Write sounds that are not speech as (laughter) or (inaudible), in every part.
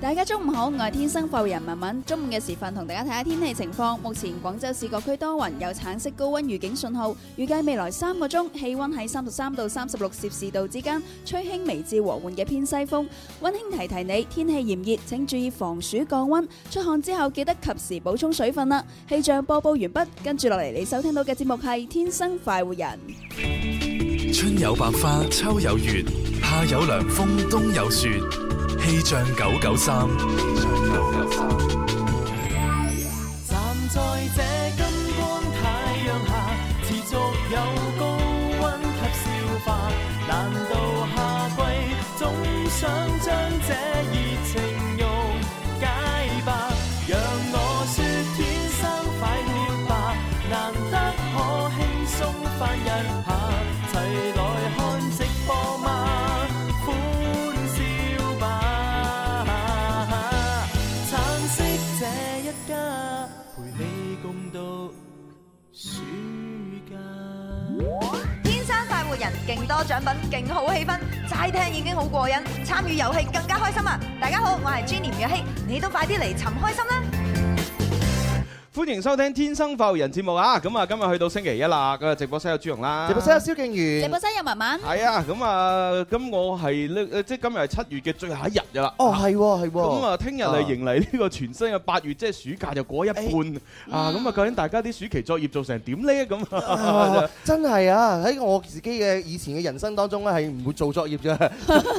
大家中午好，我係天生快活人文文。中午嘅時分同大家睇下天氣情況。目前廣州市各區多雲，有橙色高溫預警信號。預計未來三個鐘氣溫喺三十三到三十六攝氏度之間，吹輕微至和緩嘅偏西風。溫馨提提你，天氣炎熱，請注意防暑降溫。出汗之後記得及時補充水分啦。氣象播報完畢，跟住落嚟你收聽到嘅節目係《天生快活人》。春有百花，秋有月，夏有涼風，冬有雪。氣象九九三，站在這金光太陽下，持續有高溫及消化。難道夏季總想將這熱情溶解吧？讓我說天生快活吧，難得可輕鬆翻一下，齊來看直播嗎？歡笑吧，橙色這一家，陪你共度暑假。天生快活人，勁多獎品，勁好氣氛，齋聽已經好過癮，參與遊戲更加開心啊！大家好，我係 Jenny 吳若希，你都快啲嚟尋開心啦！歡迎收聽《天生快活人》節目啊！咁啊，今日去到星期一啦，咁啊，直播室有朱容啦，直播室有蕭敬直元播，室有文文，係啊，咁啊，咁我係呢，呃即係今日係七月嘅最後一日噶啦。哦係喎係喎，咁啊，聽日啊係迎嚟呢個全新嘅八月，即係暑假就過一半啊！咁啊，究竟大家啲暑期作業做成點呢？咁 (laughs) (laughs) 啊啊，真係啊！喺我自己嘅以前嘅人生當中咧，係唔會做作業嘅，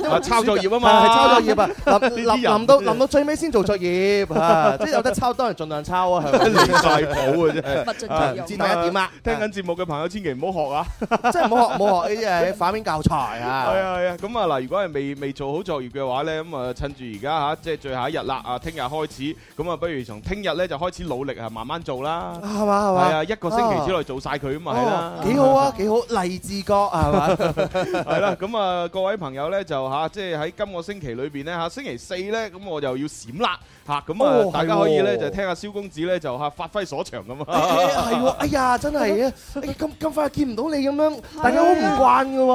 因啊為抄作業啊嘛 (laughs) 係 (laughs) 抄作業啊，臨呢啲人臨臨到臨到最尾先做作 (laughs) 業啊，即係有得抄當然盡量抄啊，係咪？離晒譜啊！真係。 (laughs) 物盡其啊唔用知。大家點啊？聽緊節目嘅朋友千祈唔好學啊！真係唔好學唔好學呢啲誒反面教材係啊！啊係啊，咁啊嗱，如果係未未做好作業嘅話咧，咁啊趁住而家吓，即係最後一日啦，啊聽日開始，咁啊不如從聽日咧就開始努力啊，慢慢做啦。係嘛係係嘛？啊，一個星期之內做晒佢咁嘛，係啦哦，，幾 (laughs) 好啊幾好，勵志歌係嘛？係啦，咁啊各位朋友咧就吓，即係喺今個星期裏邊咧吓，星期四咧咁我就要閃啦吓，咁哦啊大家可以咧係喎就聽下蕭公子咧就吓發揮所長咁誒啊。係喎，哎呀真係啊！哎咁咁快見唔到你咁樣，大家好唔慣嘅喎。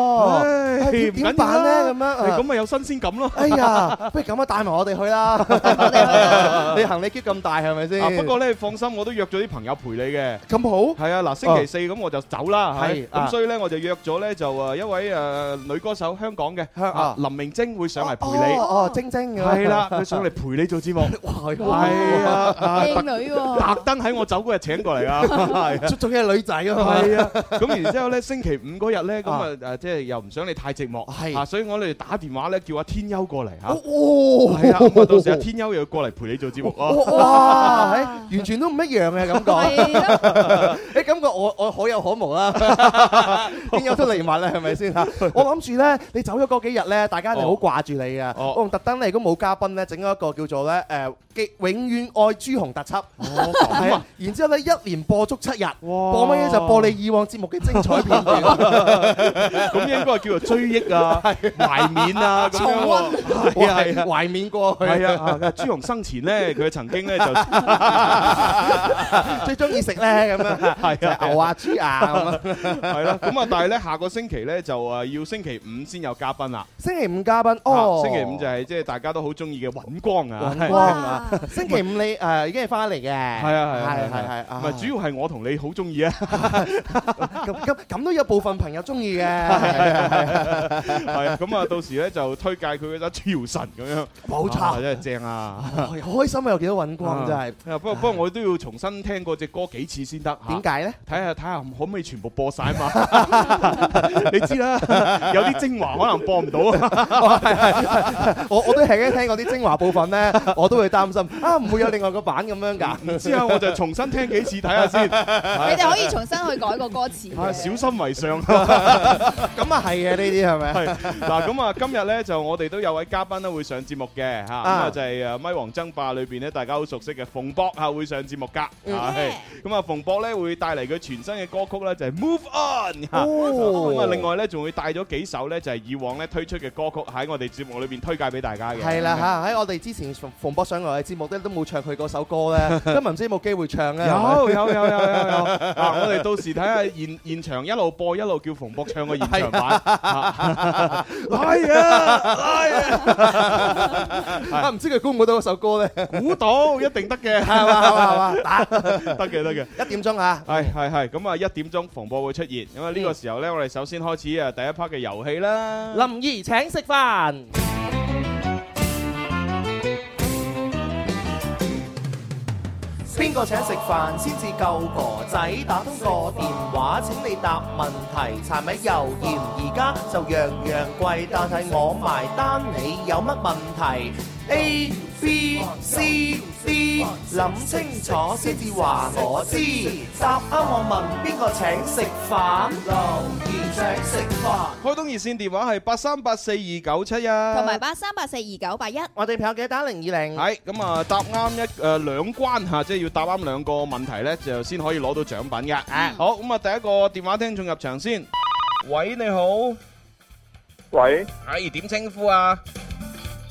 唉點點辦咧咁樣啊咁咪有新鮮感咯。哎呀，不如咁啊，帶埋我 (laughs) 哋去啦！我哋去啦 (laughs) 你行李篋咁大係咪啊先？不過咧放心，我都約咗啲朋友陪你嘅。咁好，係啊，嗱，星期四咁我就走啦，係係咁，啊所以咧我就約咗咧就誒一位誒女歌手香港嘅香啊啊林明晶會上嚟陪哦你，哦，晶晶係啦，佢上嚟陪你做 (laughs) 節目，哇，係係啊啊，靚特女喎，特登喺我走嗰日請過嚟 (laughs) 啊，係啊，啊。仲仲係女仔啊嘛，係啊，咁然之後咧，星期五嗰日咧，咁啊誒，即係又唔想你太寂寞，係啊，所以我哋打電話咧叫阿天優過嚟嚇，哦，係啊，咁啊到時阿天優又要過嚟陪你做節目啊，哇，係完全都唔一樣嘅 (laughs) 感覺，係啦。你感覺我我可有可 (laughs) 無啦，邊有得嚟物咧係咪先嚇？我諗住咧，你走咗嗰幾日咧，大家一定好掛住你噶。哦我仲特登咧，如果冇嘉賓咧，整咗一個叫做咧誒極永遠愛朱紅特輯，係啊，然之後咧一連播足七日。播乜嘢就播你以往節目嘅精彩片 (laughs) 段，咁應該係叫做追 (laughs) 憶啊、懷緬啊咁樣喎，係啊係啊懷。懷緬過去係。啊，啊朱紅生前咧，佢曾經咧就 (laughs) 最中意食咧咁樣， (laughs) 係啊就牛啊 (laughs) 豬啊咁樣。係啦。咁啊，但係咧下個星期咧就誒要星期五先有嘉賓啦。星期五嘉賓哦啊，星期五就係即係大家都好中意嘅尹光啊。尹光啊，星期五你誒已經係翻嚟嘅，係係啊係啊係係係係啊唔係主要係我同你好中意啊，咁咁咁都有部分朋友中 (laughs) 意嘅，係啊係啊係啊咁啊，到時咧就推介佢嗰隻《超神》咁樣，冇啊錯，真係正啊！好 (laughs) 開心啊！有幾多尹光真係，啊不過不過我都要重新聽過只歌幾次先得嚇點解咧？睇下睇下可唔可以全部播晒啊嘛？ (laughs) 你知啦，有啲精華可能播唔到啊。 (laughs) 我我都係嘅，聽過啲精華部分咧，我都會擔心啊，唔會有另外個版咁樣㗎。之後我就重新聽幾次睇下先。你哋可以重新去改個歌詞啊，嘅。小心為上。咁啊係嘅呢啲係咪？係嗱，咁啊，今日咧就我哋都有位嘉賓咧會上節目嘅嚇，咁啊啊就係誒《咪王爭霸》裏邊咧大家好熟悉嘅馮博嚇會上節目㗎，嗯係咁啊，馮博咧會帶嚟佢全新嘅歌曲咧就係《Move On》嚇。哦咁啊，另外咧仲會帶咗幾首咧就係以往咧推出嘅歌曲喺我哋節目裏邊推介俾大家嘅。係啦嚇，喺我哋之前馮馮博上嚟嘅節目咧都冇唱佢嗰 (laughs) 首歌咧，今日唔知有冇機會唱咧？有有有有有有啊！我哋到時睇 (laughs) 下現現場一路播一路叫馮博唱個現場版，啊係啊係啊！ (laughs) 啊唔知佢估唔估到嗰首歌咧？估到一定得嘅，係嘛係 (laughs) 嘛係嘛，打 (laughs) 得嘅得嘅，一點鐘啊！係係係，咁啊一點鐘防播會出現，咁啊呢個時候呢，我哋首先開始啊第一 part 嘅遊戲啦。林怡請食飯。邊個請食飯先至夠哥仔？打通個電話請你答問題。柴米油鹽而家就樣樣貴，但係我埋單。你有乜問題？A B C D，諗清楚先至話我知。答啱我問邊個請食飯？留言請食飯。開通熱線電話係八三八四二九七一，同同埋八三八四二九八一，我哋朋友記得打零二零。係咁啊答啱一誒兩關嚇，即係要答啱兩個問題呢，就先可以攞到獎品嘅。好咁啊，第一個電話聽眾入場先。喂，你好，喂，係點稱呼啊？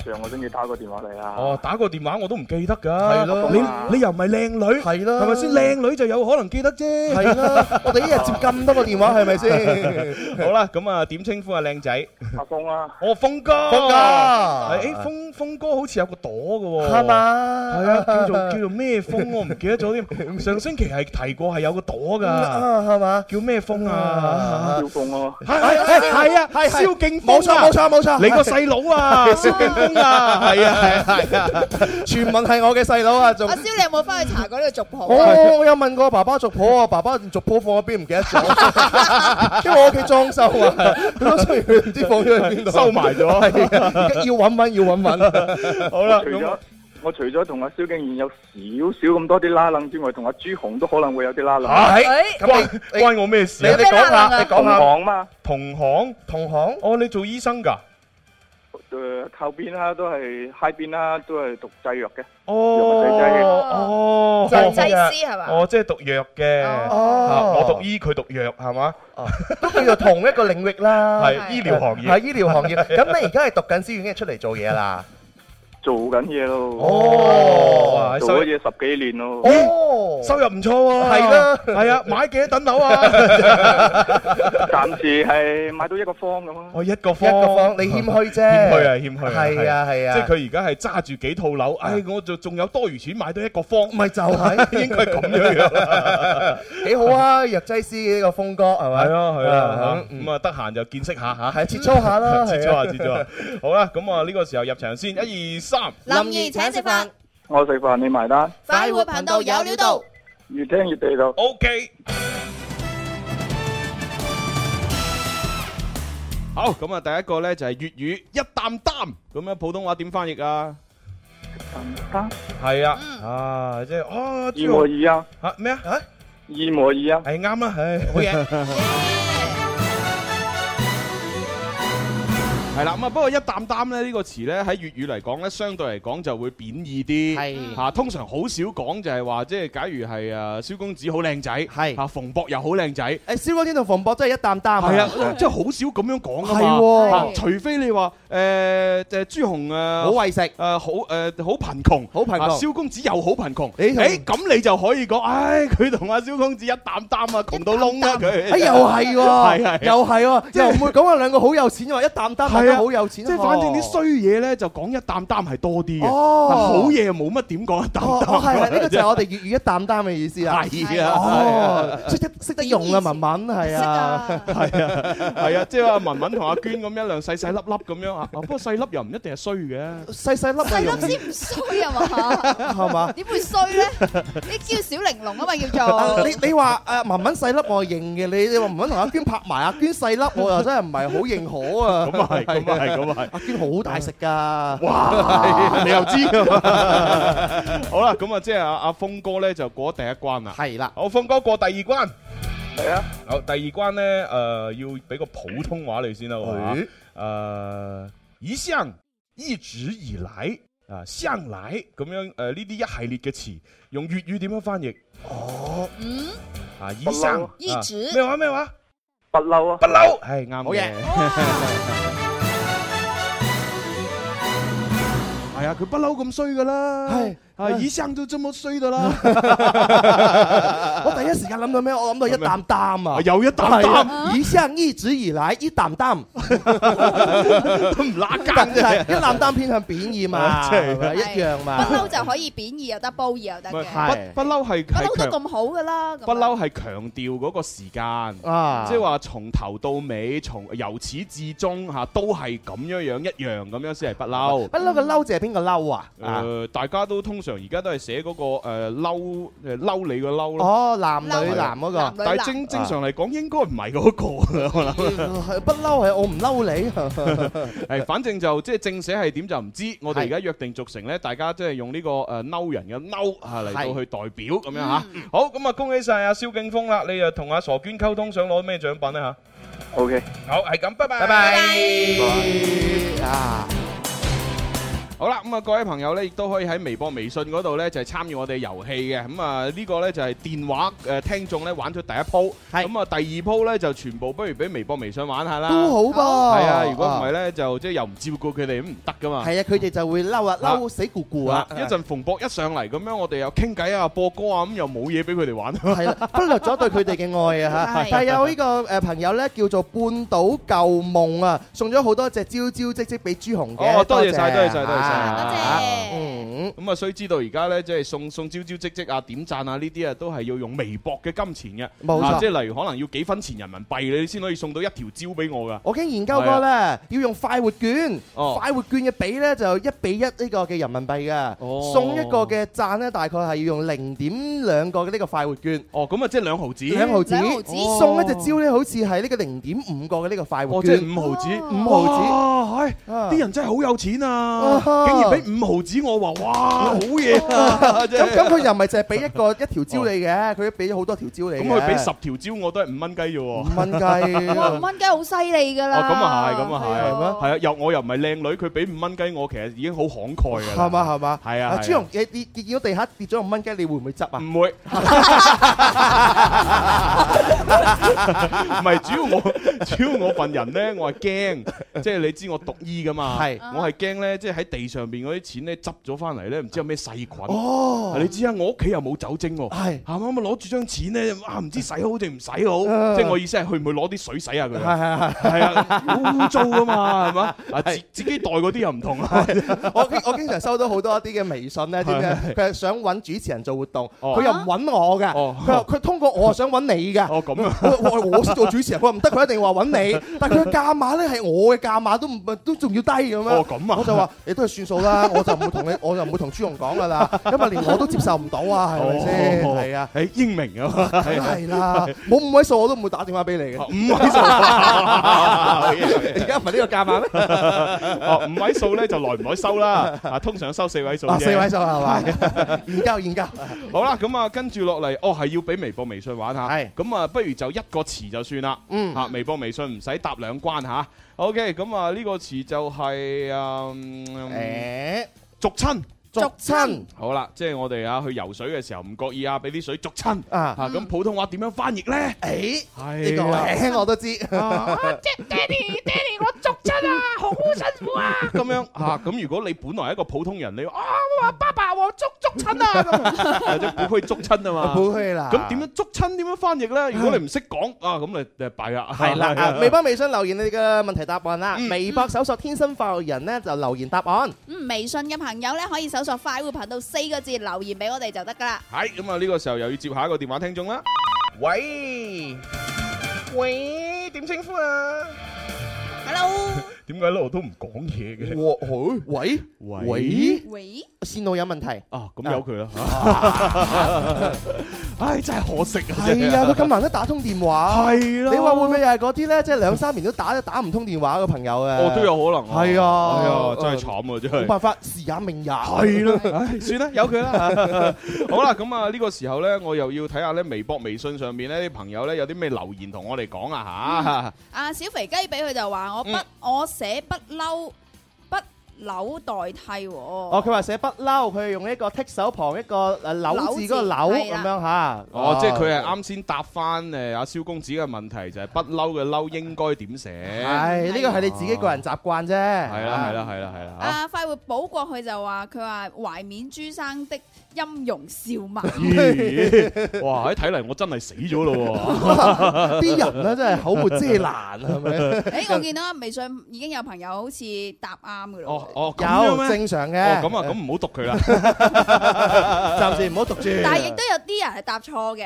上個星期打個電話嚟啊。哦，打個電話我都唔記得㗎。係咯你你又唔係靚女，係啦係咪先？靚女就有可能記得啫。係啦，我哋一日接咁多個電話，係咪先？好啦，咁啊點稱呼啊靚仔？阿峰啊，我峰哦哥，峰哥啊係誒峰峰哥好似有個朵嘅喎，係？ (laughs) 係嘛？啊，叫做叫做咩峰我唔記得咗添。 (laughs) 上星期係提過係有個朵㗎，啊，係嘛？叫咩峰啊？招峰咯。係係係係啊，係係蕭敬峰啊冇錯冇錯冇錯，你個細佬 (laughs) 啊，蕭敬峰啊，係啊係啊係啊，傳聞係我嘅細佬啊，仲阿。蕭，你有冇翻去查過呢個族譜啊？哦我我有問過爸爸族譜啊，爸爸族譜放喺邊唔記 (laughs) 得咗，因為我屋企裝修啊，咁所以佢唔知放咗喺邊度，收埋咗。係啊，要揾揾要揾 (laughs) 揾，好啦，除咁咗我除咗同阿蕭敬遠有少少咁多啲拉楞之外，同阿朱紅都可能會有啲拉楞。唉係關哎你關我咩事你啊？你講下，你同講下，行嘛，同行同行哦，你做醫生㗎？誒靠邊啦，都係嗨邊啦，都係讀製藥嘅。哦哦藥，哦劑師係嘛？哦，即係讀藥嘅。哦啊哦，我讀醫，佢讀藥，係嘛？都叫做同一個領域啦，係醫療行業。喺醫療行業。 (laughs) 咁你而家係讀緊書，已經出嚟做嘢啦。做緊嘢咯，哦，做收咗嘢十幾年咯。哦收入唔錯喎。係啦係啊，買幾多等 (laughs) 樓啊？暫時係買到一個方咁咯。我一個一方，個房，你謙虛啫。哦謙虛啊，謙虛啊。係啊，係係啊，啊。即係佢而家係揸住幾套樓，唉，我就仲有多餘錢買到一個方，咪就係 (laughs) 應該係咁樣樣。幾好啊！藥劑師呢個峰哥係咪？係啊，係啊，嗯咁啊，得閒就見識下嚇。係切磋 (laughs) 下啦，接係咗啊啊，接 (laughs) 咗啊！好啦，咁啊，呢個時候入場先，一二三。林怡請食飯，我食飯你埋單，快活頻道有料到。越聽越地道。 O K。好，咁啊，第一個咧就係粵語一擔擔，咁樣普通話點翻譯啊？三係啊，嗯啊，即係啊，二模朱二啊，紅啊咩啊？二模二啊，係啱啦，係好嘢。係啦，咁啊，不過一擔擔咧呢個詞咧喺粵語嚟講咧，相對嚟講就會貶義啲。係嚇，通常好少講就係話，即係假如係誒蕭公子好靚仔，係嚇馮博又好靚仔。誒，蕭哥天同馮博真係一擔擔係啊，即係好少咁樣講噶係嘛。喎啊，除非你話誒誒朱紅誒好為食，誒好誒好貧窮，好貧窮啊蕭公子又好貧窮，你同誒咁你就可以講，唉佢同阿蕭公子一擔擔啊，窮到窿啦哎佢。又係 (laughs) 係喎係，又係喎，又唔會講話兩個好有錢，話一擔擔係啊兩個好有錢即喎，係反正啲衰嘢咧，就講一擔擔係多啲嘅，哦但好嘢冇乜點講一擔哦，哦係係，呢擔。個就係我哋粵語一擔擔嘅意思啦。係啊，哦，識得識得用啊，文文係啊，係啊，係啊，即係話文文同阿娟咁一樣 (laughs) 細細粒粒咁樣啊，啊不過細粒又唔一定係衰嘅。細細粒啊細用粒先唔衰啊嘛，係嘛？點會衰 (laughs) 咧？呢叫小玲瓏啊嘛，叫啊哦做。你你話誒文文細粒我認嘅，你你話文文同阿娟拍埋，阿娟細粒我又真係唔係好認可啊。咁啊係，咁啊係，咁啊 (laughs) 係。阿娟好大食㗎。哇！你又知 (laughs) 㗎好啦，咁啊，即係阿阿峰哥咧就過咗第一關啦。係啦，好，峰哥過第二關。系啊，好，第二關咧，诶，要俾個普通話你先啦，好嘛？咦誒，呃一向一直以來啊，向來咁樣誒呢啲一系列嘅詞，用粵語點樣翻譯？嗯，啊，以上不一啊直咩話咩話？不嬲啊不！嬲，係啱好嘅嘢。係啊，佢不嬲咁衰噶啦，係啊，以上都這麼衰噶 (laughs) 啦，我第一時間諗到咩？我諗到一擔擔啊！又一啖係啖啊以上一直以來一擔擔， (laughs) 都唔拉更但係啫。啊一擔擔偏向貶義嘛，真係係咪一樣不嘛。嬲就可以貶義又得，褒義又得唔嘅，係係不不嬲係不嬲係都強，咁啊好噶啦，咁樣不嬲係強調嗰個時間。啊，即係話從頭到尾，從呃由始至終嚇都係咁樣樣一樣咁樣先係不嬲。不嬲個嬲字係邊個嬲啊？誒、啊大家都通常而家都係寫嗰、個誒嬲誒嬲你個嬲咯，哦，男女嬲男啊嗰個男，女但係男正正常嚟講應該唔係嗰個啦，我諗。 (laughs) 不嬲係我唔嬲你。係，反正就即係正寫係點就唔知。我哋而家約定俗成咧，大家即係用呢個誒嬲人嘅嬲啊嚟到係去代表咁樣嚇。好，咁啊恭喜晒阿蕭敬峰啦！你啊同阿傻娟溝通想攞咩獎品咧啊嚇？ O K，好，係咁，拜拜。拜拜。啊，好啦，咁啊，各位朋友咧，亦都可以喺微博、微信嗰度咧，就係參與我哋遊戲嘅。咁啊，呢個咧就係電話誒聽眾咧玩咗第一鋪，係咁啊第二鋪咧就全部不如俾微博、微信玩下啦。都好噃。啊係啊，如果唔係咧，就即係又唔照顧佢哋，咁唔得噶嘛。係啊，佢哋就會嬲啊，啊嬲死咕咕啊啊！一陣馮博一上嚟咁樣，我哋又傾偈啊、播歌啊，咁又冇嘢俾佢哋玩。係啦， (laughs) 忽略咗對佢哋嘅愛啊係嚇。但係有呢個誒朋友咧，叫做半島舊夢啊，送咗好多隻朝朝夕夕俾朱紅嘅。哦多謝晒多謝晒多謝多晒啊謝。嗯，咁啊，雖知道而家咧，即係送送招招積積啊、點讚啊呢啲啊，都係要用微薄嘅金錢嘅，冇錯啊即係例如可能要幾分錢人民幣，你先可以送到一條蕉俾我噶。我已經研究過啦，要用快活券，哦快活券嘅比咧就一比一呢個嘅人民幣嘅，哦送一個嘅讚咧大概係要用零點兩個嘅呢個快活券。哦，咁啊，即係兩毫子。兩毫子兩毫子，送一隻蕉咧，好似係呢個零點五個嘅呢個快哦，活即係券。五毫子，哦五毫子哇，唉啊啲人真係好有錢啊！啊哈竟然俾五毫子我話，哇，好嘢啊！真 (laughs) 係咁哦咁佢又唔係淨係俾一個一條蕉你嘅，佢都俾咗好多條蕉你嘅。咁佢俾十條蕉我都係五蚊雞啫喎。五蚊雞。哇，五蚊雞好犀利㗎哦，啦！咁啊係，咁啊係係，係啊，又我又唔係靚女，佢俾五蚊雞我，其實已經好慷慨㗎啦。係嘛係嘛，係啊係啊嗯朱紅，你你你見到地下跌咗五蚊雞，你會唔會執啊？唔 (laughs) 會，唔係主要我主要我份人咧，我係驚，即係你知我讀醫噶嘛，係我係驚咧，即係喺地上邊嗰啲錢咧執咗翻嚟咧，唔知有咩細菌。哦你知啊，我屋企又冇酒精喎，啱係啱攞住張錢咧，啊唔知洗好定唔洗好，啊即係我意思係去唔去攞啲水洗下係佢。係係，係啊，好污糟噶嘛，係嘛？啊，自自己袋嗰啲又唔同啊。我經我經常收到好多一啲嘅微信咧，知唔知啊？係佢係想揾主持人做活動，哦佢又唔揾我㗎，哦佢話佢通過我係想揾你㗎。哦，咁啊。我我我識做主持人，佢話唔得，佢一定話揾 (laughs) 你，但係佢嘅價碼咧係我嘅價碼都唔都仲要低咁樣。哦咁啊我 (laughs) 就話你都係算數啦，我就唔會同你，我就唔會同朱紅講㗎啦，因為連我都接受唔到啊，係咪先？哦係啊，，誒英明啊， (laughs) 係啊係啦，冇五位數我都哦唔會打電話 (laughs) 俾你嘅。五位數，好嘢而家唔係呢個價碼咩？ (laughs) 哦，五位數咧就耐唔耐收啦， (laughs) 啊，通常收四位數啊，啫四位 (laughs) 數係嘛？研究研究，好啦，咁啊，跟住落嚟，哦，係要俾微博、微信玩下。係咁啊，不如就一個詞就算啦。嗯嚇，微博、微信唔使答兩關嚇。OK，咁啊，呢個詞就係誒誒，逐親。逐親好啦，即係我哋啊去游水嘅時候唔覺意啊，俾啲水逐親。啊，嚇，咁普通話點樣翻譯咧？誒，呢個係啊輕我都知， (laughs) 咁 (laughs) 樣啊，咁如果你本來係一個普通人，你話啊，我爸爸我捉捉親啊，咁啊就不去捉親 (laughs) 啊嘛。 (laughs) 好去啦。咁點樣捉親？點樣翻譯咧？如果你唔識講啊，咁你就弊啦。(laughs) 係啦，啊微博、微信留言你嘅問題答案啦嗯。微博搜索天生快活人呢，就留言答案。嗯，微信嘅朋友咧可以搜索快活頻道四個字留言俾我哋就得㗎啦。係咁啊！呢個時候又要接下一個電話聽眾啦。喂喂，點稱呼啊？ Hello， (laughs) 點解一路都唔講嘢嘅？喂喂喂，喂，線路有問題。 (laughs) 啊，咁由佢啦嚇。唉，真係可惜啊！真係啊，佢咁難得打通電話。係啦，你話會唔會又係嗰啲咧？即係兩三年都打都打唔通電話嘅朋友嘅。哦，都。有可能。係啊係啊，真係慘啊，真冇係。辦法，時也命也。係啦，唉，算啦，由 (laughs) 佢啦。好啦，咁啊呢個時候咧，我又要睇下咧微博、微信上面咧啲朋友咧有啲咩留言同我哋講啊啊，小肥雞俾佢就話我不嗯我寫不嬲不扭代替喎。哦，哦佢話寫不嬲，佢係用一個剔手旁一個誒扭字嗰個扭扭字咁樣嚇。吓。哦，即係佢係啱先答翻誒阿蕭公子嘅問題，就係不嬲嘅嬲應該點寫？係呢個係你自己個人習慣啫。係係啦，係啦，係啦，係啦。嚇啊！快活寶國佢就話佢話懷緬朱生的音容笑 (laughs) 貌，咦哇！喺睇嚟我真係死咗咯喎！啲人咧真係口沒遮攔啊，係咪？誒我見到啊微信已經有朋友好似答啱嘅哦咯，哦，咁樣有咩？正常嘅。哦，咁啊，咁唔好讀佢啦。 (laughs) 暫時唔好讀住。但係亦都有啲人係答錯嘅。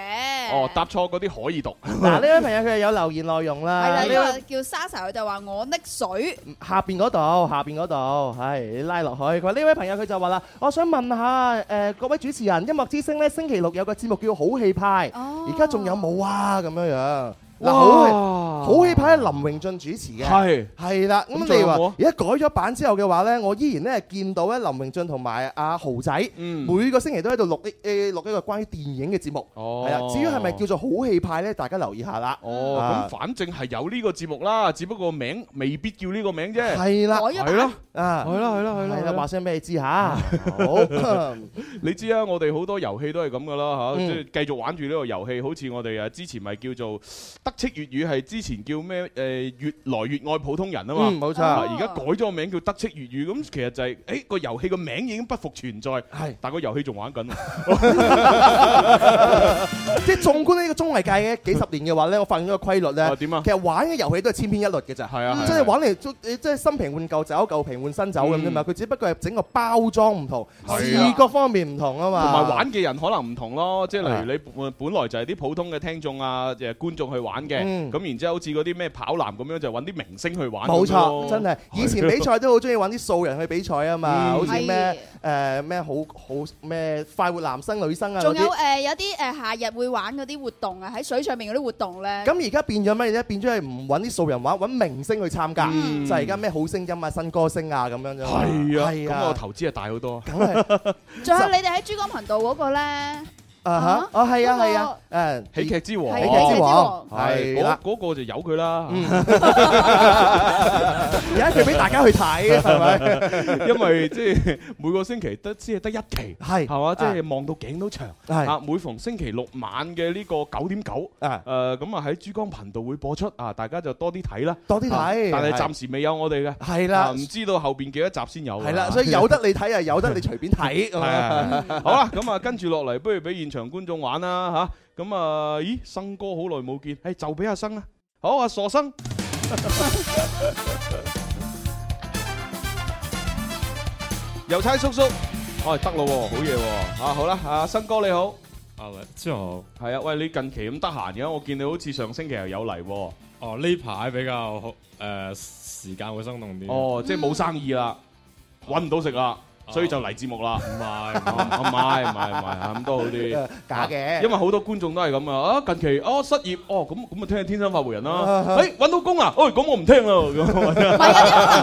哦，答錯嗰啲可以讀。 (laughs) 嗱，呢位朋友佢係有留言內容係啦。啦，呢呢位個叫 Sasa 佢就話我溺水，下邊嗰度，下邊嗰度，係你拉落去。佢話呢位朋友佢就話啦，我想問下誒、各位主持人，音樂之聲咧星期六有個節目叫《好氣派》，哦嗯而家仲有冇啊？咁樣樣嗱，好氣哇好氣派係林榮進主持嘅。係係啦，咁咁仲你有話冇啊而家改咗版之後嘅話呢，我依然咧見到咧林榮進同埋阿豪仔，嗯每個星期都喺度錄誒錄一個關於電影嘅節目，哦係啦、至於係咪叫做好氣派呢？大家留意下啦。啊哦，咁反正係有呢個節目啦，只不過名未必叫呢個名啫。係改啦，咗係咯，啊，係咯，係咯，係咯，係係啦，咯話聲俾 (laughs) 你知嚇。嗯好。你知啊，我哋好多遊戲都係咁噶啦嚇，嗯即係繼續玩住呢個遊戲。好似我哋啊之前咪叫做德式粵語係之前叫咩誒越來越愛普通人啊嗯，嘛。冇錯哦，啊！而家改咗個名叫德式粵語，咁其實就係誒個遊戲個名已經不復存在，係但個遊戲仲玩緊喎。即係縱觀呢個綜藝界嘅幾十年嘅話咧，我發現咗個規律 (laughs) 啊咧，點啊？其實玩嘅遊戲都係千篇一律嘅咋。係啊，即係係啊玩嚟，即係新瓶換舊酒，舊瓶換新酒咁啫嘛。佢只不過係整個包裝唔同，嗯係啊視覺方面唔同啊嘛。同埋玩嘅人可能唔同咯，即係例如你本呃本來就係啲普通嘅聽眾啊、誒觀眾去玩嘅，嗯咁然之後好似嗰啲咩跑男咁樣就揾啲明星去玩冇咁樣咯。錯，真係以前比賽都好中意揾啲素人去比賽啊嘛，嗯好似係咩誒咩好好咩快活男生女生啊嗰仲有啲。誒有啲誒夏日會玩嗰啲活動啊，喺水上面嗰啲活動咧，咁而家變咗咩啫？變咗係唔揾啲素人玩，揾明星去參加，嗯就係而家咩好聲音啊、新歌聲啊咁樣啫嘛。係啊，係咁我啊，投資係大好多。梗係。仲有你哋喺珠江頻道嗰個咧。啊啊哈！哦，係嗰啊，個係啊，誒，喜劇之王，哦係喜劇之王係係嗰啦，嗯嗰個就由佢啦，而家佢俾大家去睇，(laughs) 係咪？ (laughs) 因為即係每個星期得只係得一期，係啊係嘛，即係望到頸都長。係啊，每逢星期六晚嘅呢個九點九，啊，誒咁啊喺珠江頻道會播出啊，大家就多啲睇啦。啊多啲睇，但係暫時未有我哋嘅。係啊啦唔，知道後邊幾多集先有㗎。係啦，所以有得你睇啊，有得你 (laughs) 隨便睇咁係樣。啊好啦，咁啊，跟住落嚟，不如俾現場觀眾玩啦吓。咁啊，咦，生哥好耐冇見，誒，就俾阿生啦。好啊，傻生，郵差叔叔，哦，得咯喎，好嘢喎。啊，好啦，啊，生哥你好，啊喂，之後係啊，喂，你近期咁得閒嘅，我見你好似上星期又有嚟喎。哦呢排比呃較好誒、時間會生動啲。哦，即係冇生意啦，搵唔到食啦，所以就嚟節目啦。唔係，唔係，啊唔係唔係唔係，咁都好啲。假嘅，因為好多觀眾都係咁啊！啊，近期哦失業哦，咁咁啊聽《天生發回人》啦啊。誒揾到工啊！哦，咁我啊唔聽 (laughs) 啦。唔係有啲可能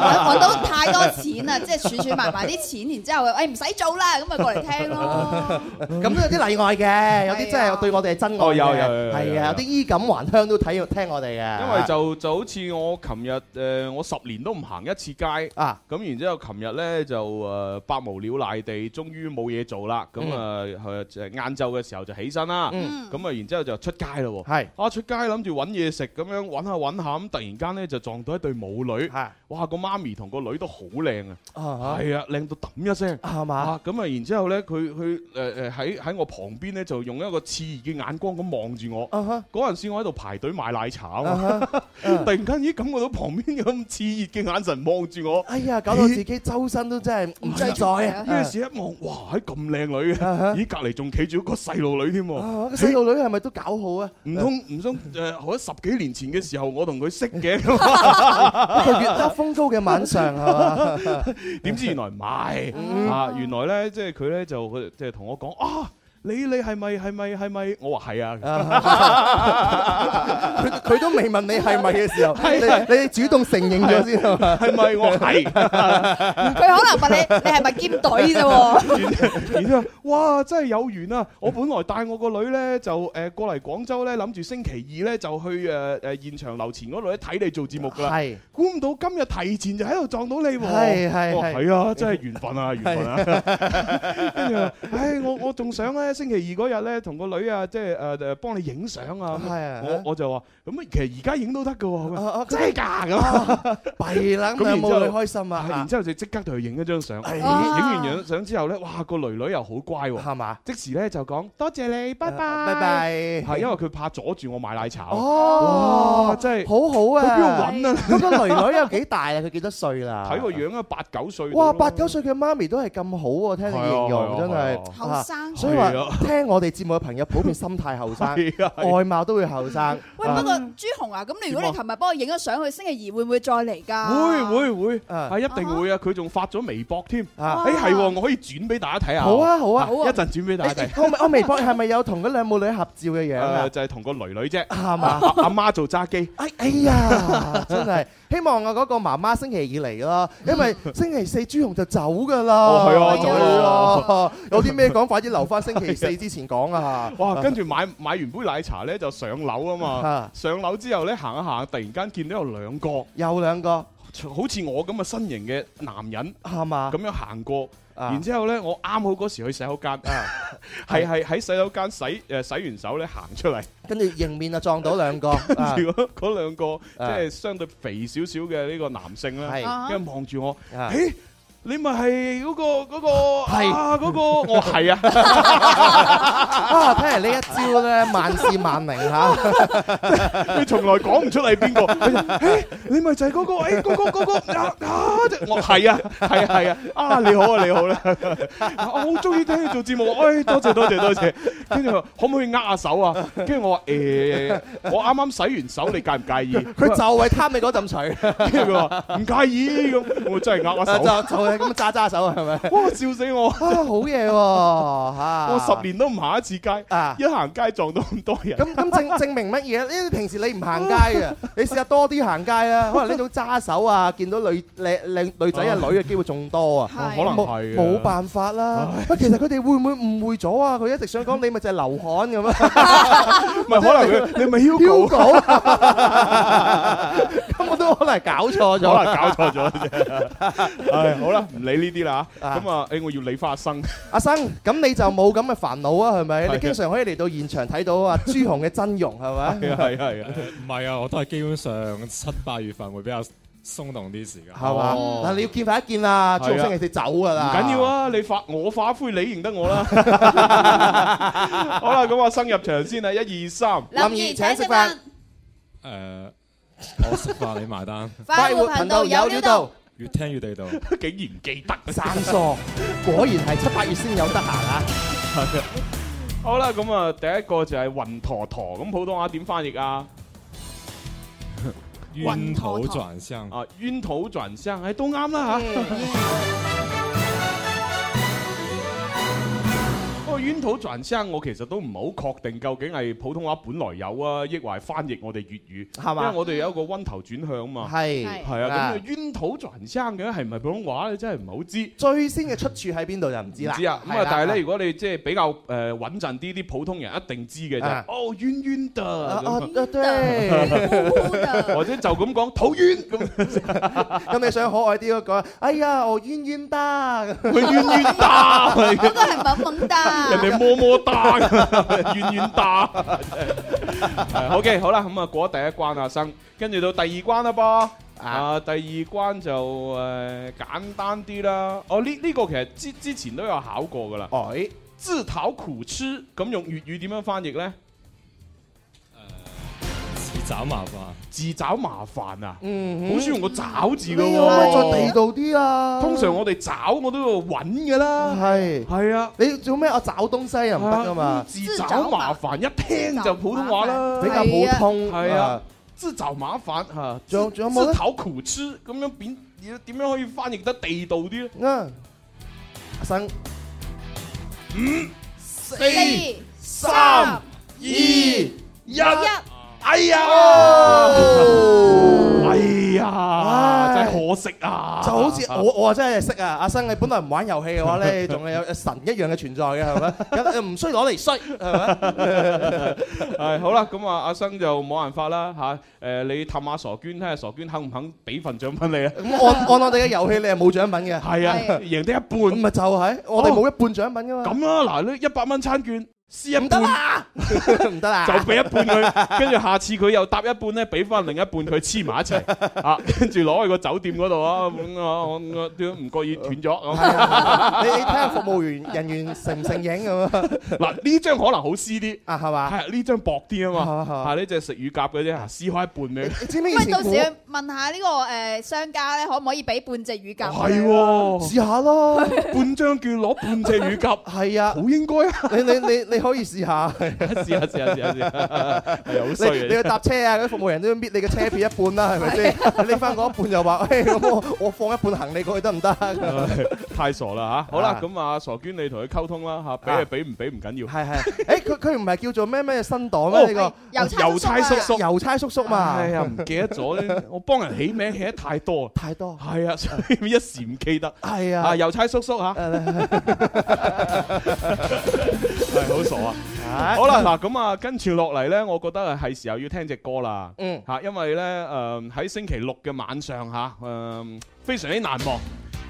揾揾到太多錢啊，即係儲儲埋埋啲錢，然之後誒唔使做啦，咁咪過嚟聽咯。咁都有啲例外嘅，有啲真係啊係對我哋係真愛哦有有嘅，有有有係啊，有啲衣錦還鄉都睇聽我哋嘅。因為就就好似我琴日呃誒，我十年都唔行一次街。啊，咁然之後，琴日呢就誒百無聊賴地，終於冇嘢做啦。咁啊誒誒晏晝嘅時候就起身啦。嗯咁啊，然之後就出街啦喎。係啊，出街諗住揾嘢食咁樣揾下揾下，咁突然間呢就撞到一對母女。係啊哇！個媽咪同個女都好靚啊，啊係啊，靚到揼一聲。係嘛？啊，咁啊，然之後咧，佢佢誒誒喺喺我旁邊咧，就用一個刺耳嘅眼光咁望住我。啊哈嗰陣時我喺度排隊買奶茶啊啊嘛，哈啊突然間咦感覺到旁邊有咁刺熱嘅眼神望住我，哎呀，搞到自己周身都真係唔自在啊！咩事一望，哇！喺咁靚女嘅，啊哈咦隔離仲企住一個細路女添喎，啊個細路女係咪都搞好啊？唔通唔通誒喺十幾年前嘅時候我同佢識嘅， (laughs) 一個月黑風高嘅晚上係嘛？點知原來唔係啊！原來咧，即係佢咧就佢即係同我講啊。你你係咪係咪係咪？我話係啊。ờ, 佢佢都未問你係咪嘅時候，你你主動承認咗先係嘛？係咪我係？佢可能問你，你係咪兼隊啫喎？然之後，啊哇！真係有緣啊！我本來帶我個女咧就誒過嚟廣州咧，諗住星期二咧就去呃誒誒現場樓前嗰度咧睇你做節目㗎啦。係估唔到今日提前就喺度撞到你喎。係係哦係係啊，真係緣分啊，緣分啊！跟住話，唉，我我仲想咧星期二嗰日咧同個女啊，即係誒誒幫你影相啊。咁係啊我我就話咁其實而家影都得㗎喎。啊咁啊啊真係㗎咁啊。弊啦，咁咁有然之後冇女開心係然啊？之後就即刻同佢影一張相。影哎完影相之後咧，哇！個女女又好乖喎。係嘛？即時咧就講多謝你，拜拜，呃拜，拜。係因為佢怕阻住我買奶茶。哦哇，真係好好去邊度啊！揾啊？嗰個女女有幾大啊？佢幾多歲啦？睇個樣啊，八九歲。哇，八九歲嘅媽咪都係咁好喎，聽你形容真係。係後生。所以話係啊聽我哋節目嘅朋友，普遍心態後生， (laughs) 係啊，外貌都會後生。喂，不過朱紅啊，咁你如果你琴日幫我影咗相，佢星期二會唔會再嚟㗎？會。會會，啊係一定會啊！佢仲發咗微博添。啊，誒係喎，我可以轉俾大家睇下。好啊好啊一陣轉俾大家睇。我我微博係咪有同嗰兩母女合照嘅樣啊誒？就係同個女女啫， (laughs) 係阿嘛？阿媽做揸機。哎哎呀，真係希望我嗰個媽媽星期二嚟咯，(laughs) 因為星期四朱紅就走㗎啦。哦係啊走啦啦，有啲咩講，快啲留翻星期四之前講啊！ (laughs) 哇！跟住買買完杯奶茶咧，就上樓啊嘛啊。上樓之後咧，行一行，突然間見到有兩個有兩個好似我咁嘅身形嘅男人係嘛咁？樣行過。啊然之後咧，我啱好嗰時去洗手 (laughs) 間，啊係係喺洗手間洗誒洗完手咧行出嚟，跟住迎面就撞到兩個，啊 (laughs) 跟住嗰嗰兩個啊即係相對肥少少嘅呢個男性咧，係啊跟住望住我，啊誒你咪係嗰個嗰個係啊嗰個，我話係啊，啊！睇嚟呢一招咧，萬事萬靈嚇， (laughs) 佢從來講唔出係 (laughs) 邊個，佢就誒哎你咪就係嗰個，誒嗰個嗰個啊啊，我係啊係啊係啊， (laughs) 啊你好啊你好啦， (laughs) 啊我好中意聽你做節目，誒多謝多謝多謝，跟住佢話可唔可以握下手啊？跟住我話誒我啱啱洗完手，你介唔介意？佢就係貪你嗰陣除，跟住佢話唔介意咁，我真啊係握下 (laughs) 就就手，係咁揸揸手係咪？哇笑死我！啊，好嘢喎嚇！我十年都唔行一次街，啊！一行街撞到咁多人，咁咁證證明乜嘢咧？呢啲平時你唔行街嘅，你試下多啲行街啦。可能呢種揸手啊，見到女靚靚女仔啊女嘅機會仲 (laughs) 多啊。可能係。冇係冇辦法啦。喂，其實佢哋會唔會誤會咗啊？佢一直想講你咪就係流汗咁啊。唔係可能佢你咪 Hugo， Hugo， (laughs) 咁我都可能搞可錯能咗。搞錯咗啫。 (laughs) 唉，好啦，唔理呢啲啦嚇啊咁啊，誒，我要理花 (laughs) 生。阿生，咁你就冇咁嘅煩惱啊？係咪？係啊你經常可以嚟到現場睇到啊朱紅嘅真容係咪？係啊係啊係啊，唔係啊，我都係基本上七八月份會比較鬆動啲時間。係嘛？哦嗱，你要見快一見啦，朱係啊紅星期四走㗎唔啦。緊要！啊，你化我化灰，你認得我 (laughs) 啦。好啦，咁我生入場先啊，一二三。 (laughs) 林怡請食飯，誒，呃我食飯你埋單，快活頻道有料到。。越聽越地道。竟然唔記得。生疏，果然係七八月先有得閒啊！好啦，咁啊，第一個就係雲陀陀，咁普通話點翻譯啊？冤土轉向，啊，冤土轉向，哎誒都啱啦嗯嚇。 (laughs) 不過冤土轉向，我其實都唔係好確定究竟係普通話本來有啊，抑或係翻譯我哋粵語，因係為嘛？我哋有一個温頭轉向嘛。係係啊，咁啊冤土轉向嘅係唔係普通話咧？真係唔係好知。最先嘅出處喺邊度就唔知唔啦。知啊，咁係啊，啦但係咧，如果你即係比較誒呃穩陣啲，啲普通人一定知嘅就係啊哦冤冤啊的啊咁，啊 (laughs) 對，或者就咁講討冤咁，咁你想可愛啲嗰個，哎呀，我冤冤得，佢冤冤打，嗰個係萌萌人哒。哋麼麼打， (laughs) 冤冤打。係 OK，好啦，咁啊過咗第一關啊，生，跟住到第二關啦噃。啊，第二關就誒、簡單啲啦。哦，呢呢、個其實之之前都有考過噶啦。哎，自討苦吃，咁用粵語點樣翻譯呢？自找麻煩。自找麻煩啊！嗯好少哼，用個找字噶你可唔可以再喎地。道啲啊？通常我哋找我都要揾噶啦。係係啊，你做咩？我找東西又唔得噶嘛，自找麻煩一聽就普通話啦比。較普通係啊。自找麻煩嚇，啊仲有自仲有冇呢自討苦吃咁樣變點樣可以翻 À, 譯得地道啲呢？啊，阿生，五、四、三、二、一。哎呀，哦哎呀，真係可惜啊！就好似我我啊真係識啊，阿生你本來唔玩遊戲嘅話咧，仲係有神一樣嘅存在嘅係咪？有唔需要攞嚟衰係咪？係好啦，咁啊，阿生就冇辦法啦吓。誒，你氹下傻娟，睇下傻娟肯唔肯俾份獎品你啊？咁按按我哋嘅遊戲，你係冇獎品嘅，係啊係，贏得一咁半。咪就係我哋冇一半獎品噶嘛。咁啊啦，嗱，呢一百蚊餐券撕一唔得半。啦，唔得啦，就俾一半佢，跟住下次佢又搭一半咧，俾翻另一半佢黐埋一齊啊，跟住攞去個酒店嗰度啊，咁啊，我我都唔覺意斷咗咁。係啊你你睇下服務員人員承唔承認咁啊？嗱，呢張可能好撕啲，啊係嘛？係呢張薄啲啊嘛，係係係呢只食乳鴿嗰啲啊，撕開一半俾你知唔知以喂，前到時古去問下呢個誒商家咧，可唔可以俾半隻乳鴿我哋？哦係喎，試 (laughs) 下咯？半張券攞半隻乳鴿，係啊好，應該啊！你你你你可以 (laughs) 試下。試下試下試下試下，係好衰你你嘅要。搭車啊，嗰啲服務人都要搣你嘅車票一半啦，係咪先？ (laughs) 你拎翻嗰一半就話，誒，咁我我放一半行李過去得唔得？太傻啦嚇！好啦啊，咁啊傻娟，你同佢溝通啦嚇，俾啊就俾，唔俾唔緊要。係係，誒，佢佢唔係叫做咩咩新黨哦咩？呢郵差郵差叔叔啊叔個。郵差叔叔嘛，哎呀，唔記得咗咧，我幫人起名起得太多啦。太多，係啊，所以一時唔記得。係啊，啊，郵差叔叔 (laughs) 嚇，係好傻啊！好啦，嗱咁啊，跟住落嚟咧，我覺得係時候要聽只歌啦。嗯，嚇，因為咧誒喺星期六嘅晚上嚇，誒非常之難忘。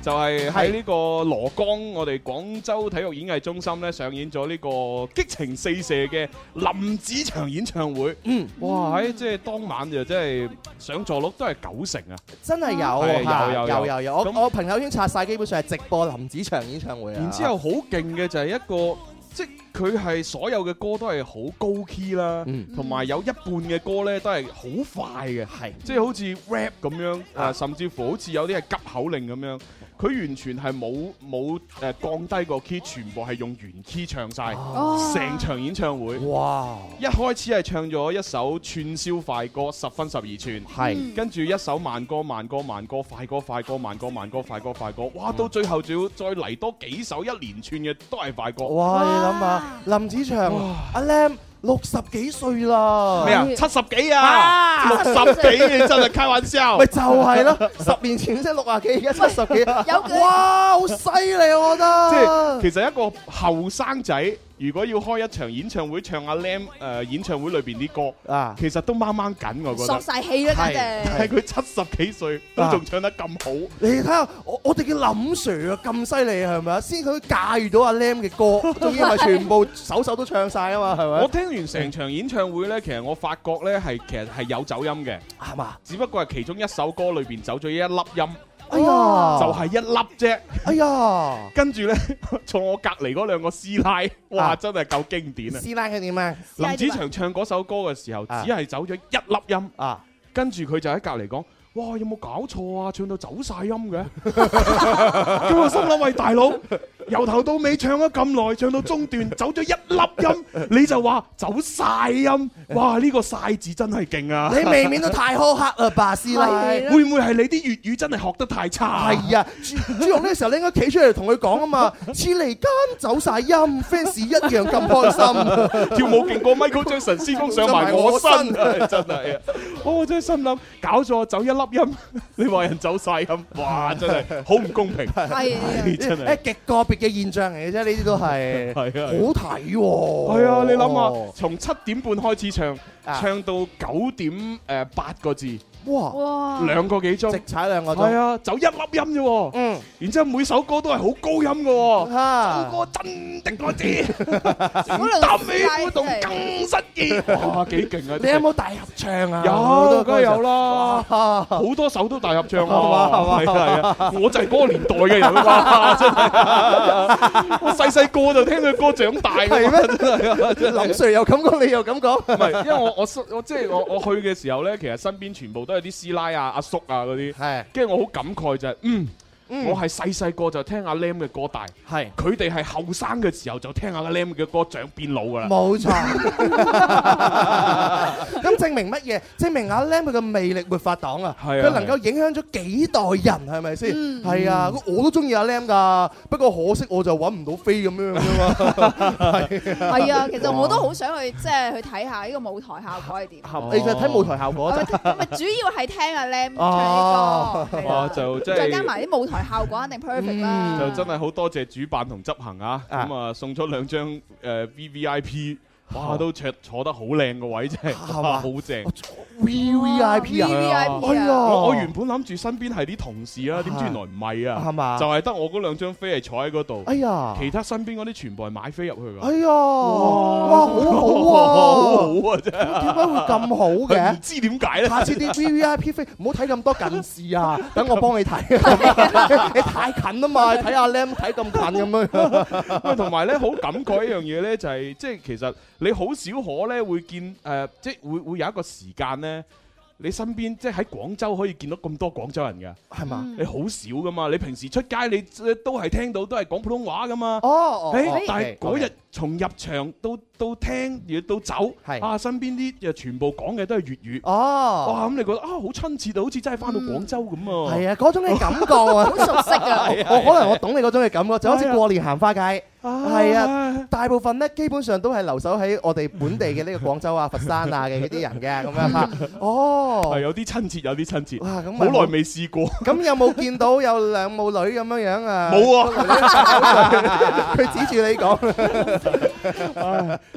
就係喺呢個羅江，我哋廣州體育演藝中心咧上演咗呢個《激情四射》嘅林子祥演唱會。嗯，哇！喺即係當晚就真係上座率都係九成啊！真係係有嚇有有有有有有，咁我我朋友圈刷晒，基本上係直播林子祥演唱會啊。然之後好勁嘅就係一個，即係佢係所有嘅歌都係好高 key 啦，嗯同埋有一半嘅歌咧都係好快嘅，係即係好似 rap 咁樣，啊啊甚至乎好似有啲係急口令咁樣，佢完全係冇冇誒降低個 key，全部係用原 key 唱晒，哦成場演唱會。哇，一開始係唱咗一首串燒快歌，十分十二寸。係跟住一首慢歌、慢歌、慢歌、快歌、快歌、慢歌、慢歌、快歌、快歌，嗯哇！到最後仲要再嚟多幾首一連串嘅都係快歌。哇，你諗下，林子祥哇阿 Lam 六十幾歲啦，咩啊？七十幾啊？六十幾你真係開玩笑咪。就係咯，十年前先六啊幾，而家七十幾，有佢哇，好犀利啊我覺即得。係其實一個後生仔，如果要開一場演唱會唱阿 Lam 誒、演唱會裏邊啲歌，啊，其實都掹掹緊，我覺索得。晒氣啦，簡直。但係佢七十幾歲都啊仲唱得咁好，你睇下我我哋嘅林 Sir 啊，咁犀利係咪啊？先佢駕馭到阿 Lam 嘅歌， (laughs) 仲要係全部首首都唱晒啊嘛，係我咪？聽完成場演唱會呢，其實我發覺呢係其實係有走音嘅，係嘛？只不過係其中一首歌裏邊走咗一粒音。哎呀，就係一粒啫，哎呀，跟住呢， (laughs) 坐我隔離嗰兩個師奶，哇，啊真係夠經典啊！師奶佢點啊？林子祥唱嗰首歌嘅時候，只啊係走咗一粒音，啊，跟住佢就喺隔離講：哇，有冇搞錯啊？唱到走晒音 (laughs) 嘅，咁我心諗：喂，大佬，由頭到尾唱咗咁耐，唱到中段走咗一粒音，你就話走晒音，哇！呢、個晒字真係勁啊！你未免都太苛刻啦吧，師奶。會唔會係你啲粵語真係學得太差啊？係啊，朱朱紅呢個時候你應該企出嚟同佢講啊嘛，似離間走晒音，fans 一樣咁開心。跳舞勁過 Michael Jackson，先鋒上埋我身， (laughs) 真係啊！我真係心諗，搞錯走一粒 (laughs) 音，你話人走晒音，哇！真 (laughs) 係好唔公平，係 (laughs) 啊真 (laughs) 係哎誒極個別嘅現象嚟嘅啫，呢啲都 (laughs) 係係啊！好睇喎。係啊，你諗下，從七點半開始唱，啊唱到九點誒八個字，哇，啊哇！兩個幾直鐘，踩兩個係鐘，啊，走一粒音啫喎，嗯然之後每首歌都係好高音嘅喎。嚇，首歌真的 (laughs) 我知，嗰兩搭個尾師奶活動真係更失意，哇，幾勁啊！你有冇大合唱啊？有，梗係有啦。啦。 (laughs) 好多首都大合唱係嘛係啊！(laughs) 嘛係啊係啊，我就係嗰個年代嘅人啦， (laughs) 真係！我細細個就聽佢歌長大㗎嘛，真係啊！真係 (laughs) 林 Sir 又咁講，你又咁講，唔係，因為我我身我即係我我去 (laughs) 嘅時候咧，其實身邊全部都係啲師奶啊、阿叔啊嗰啲，係跟住我好感慨就係，嗯，嗯我係細細個就聽阿 Lam 嘅歌大，係佢哋係後生嘅時候就聽阿 Lam 嘅歌，長變老㗎啦。冇錯。 (laughs) 咁證明乜嘢？證明阿 Lam 佢嘅魅力沒法擋啊！係佢啊能夠影響咗幾代人，係咪先？係啊，我都中意阿 Lam 噶，不過可惜我就揾唔到飛咁樣啫嘛。係啊，其實我都好想去即係去睇下呢個舞台效果係點。 (laughs) 哦你就睇舞台效果咪啫。咪主要係聽阿 (laughs) Lam 哦唱呢哇！歌，就即係啦再加係嗯埋啲舞台效果，肯定 perfect 啦。就真係好多謝主辦同執行啊！嗯啊咁啊送咗兩張誒 V V I P，哇都坐坐得好靚個位真係， (laughs) 係哇嘛好正！哦 V V I P 啊！哎 VVIP 呀，啊，我我原本諗住身邊係啲同事啊，點知原來唔係係啊，嘛就？係得我嗰兩張飛係坐喺嗰度哎，呀，其他身邊嗰啲全部係買飛入去㗎。 (laughs) 哎呀，哇，好好好啊！好啊嗯真係。點解會咁好 (laughs) 嘅唔？知點解咧？下次啲 V V I P 飛唔好睇咁多近 (laughs) 視啊！等我幫你睇，你太近啊嘛，睇阿 Lam 睇咁近咁樣。喂，同埋咧好感慨一樣嘢咧，就係即係其實你好少可咧會見誒、呃即係會會有一個時間咧。你身邊即係喺廣州可以見到咁多廣州人㗎，係嘛？嗯你好少噶嘛？你平時出街你呃都係聽到都係講普通話噶嘛？哦哦，誒哦但係 OK，嗰日 OK 從入場到到聽，亦到走，係啊身邊啲又全部講嘅都係粵語，哦，哇咁你覺得啊好親切啊，好似真係翻到廣州咁啊！係啊，嗰種嘅感覺 (laughs) 啊好！熟悉啊！我我可能我懂你嗰種嘅感覺，就好似過年行花街，係啊啊，大部分咧基本上都係留守喺我哋本地嘅呢個廣州啊、佛山啊嘅嗰啲人嘅 (laughs) 咁樣嚇。係哦，有啲親切，有啲親切，哇，咁咪好耐未 (laughs) 試過。咁有冇見到有兩母女咁樣樣啊？冇啊！ (laughs) 佢指住你講，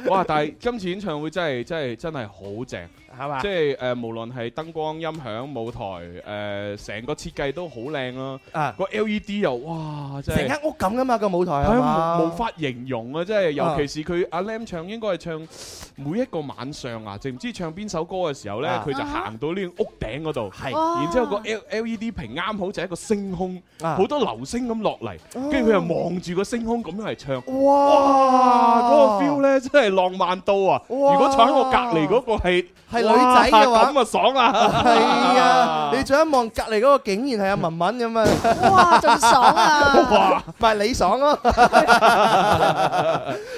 哇！但係今次演唱會真係真係真係好正，係嘛即？係誒、呃，無論係燈光、音響、舞台誒，呃成、個設計都好靚啦。啊，個 LED 又哇，真成係間屋咁噶嘛個舞台係係嘛啊，無無法形容啊！即係尤其是佢阿 Lam 唱，應該係唱每一個晚上啊，淨唔知唱邊首歌嘅時候咧，啊佢就行到呢個屋頂嗰度。係哇然之後個 L LED 屏啱好就係一個星空，啊哦好多流星咁落嚟，跟住佢又望住個星空咁樣嚟唱，哇！嗰哇個 feel 咧真係浪漫到啊！哇如果坐喺我隔離嗰個係係女哇仔嘅話咁啊爽啦！係 (laughs) 啊！你再一望隔離嗰個竟然係阿文文咁啊，哇，仲爽啊！ (laughs) 哇！唔係你爽咯！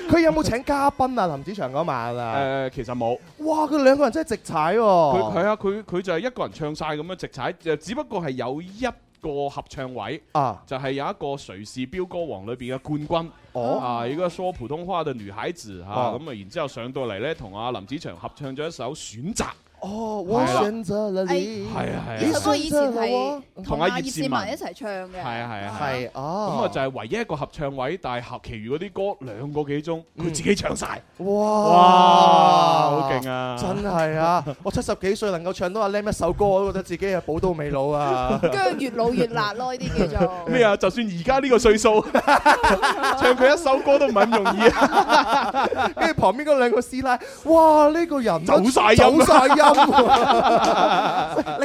佢有冇請嘉賓啊？林子祥嗰晚啊，誒呃其實冇，哇！佢兩個人真係直踩佢喎，係啊，佢佢就係一個人唱晒咁樣直踩，誒只不過係有一個合唱位。啊，就係有一個誰是飆歌王裏邊嘅冠軍，哦啊，一個說普通話嘅女孩子嚇，哦咁啊，然之後上到嚟咧，同阿林子祥合唱咗一首《選擇》，哦，我係啦選擇了你，係啊係呢啊首歌以前係同同阿阿葉葉倩倩文文一齊唱嘅，係啊係啊係啊，係咁啊哦，就係唯一一個合唱位，但係合其餘嗰啲歌兩個幾鐘，佢自己唱晒，嗯哇，哇，好勁啊！真係啊！我七十幾歲能夠唱到阿 Lam 一首歌，我都覺得自己係寶刀未 (laughs) 老啊！姜越老越辣咯，呢啲叫做咩啊？就算而家呢個歲數， (laughs) 唱佢一首歌都唔係咁容易啊！跟住旁邊嗰兩個師奶，哇！呢、個人走晒音啊走晒音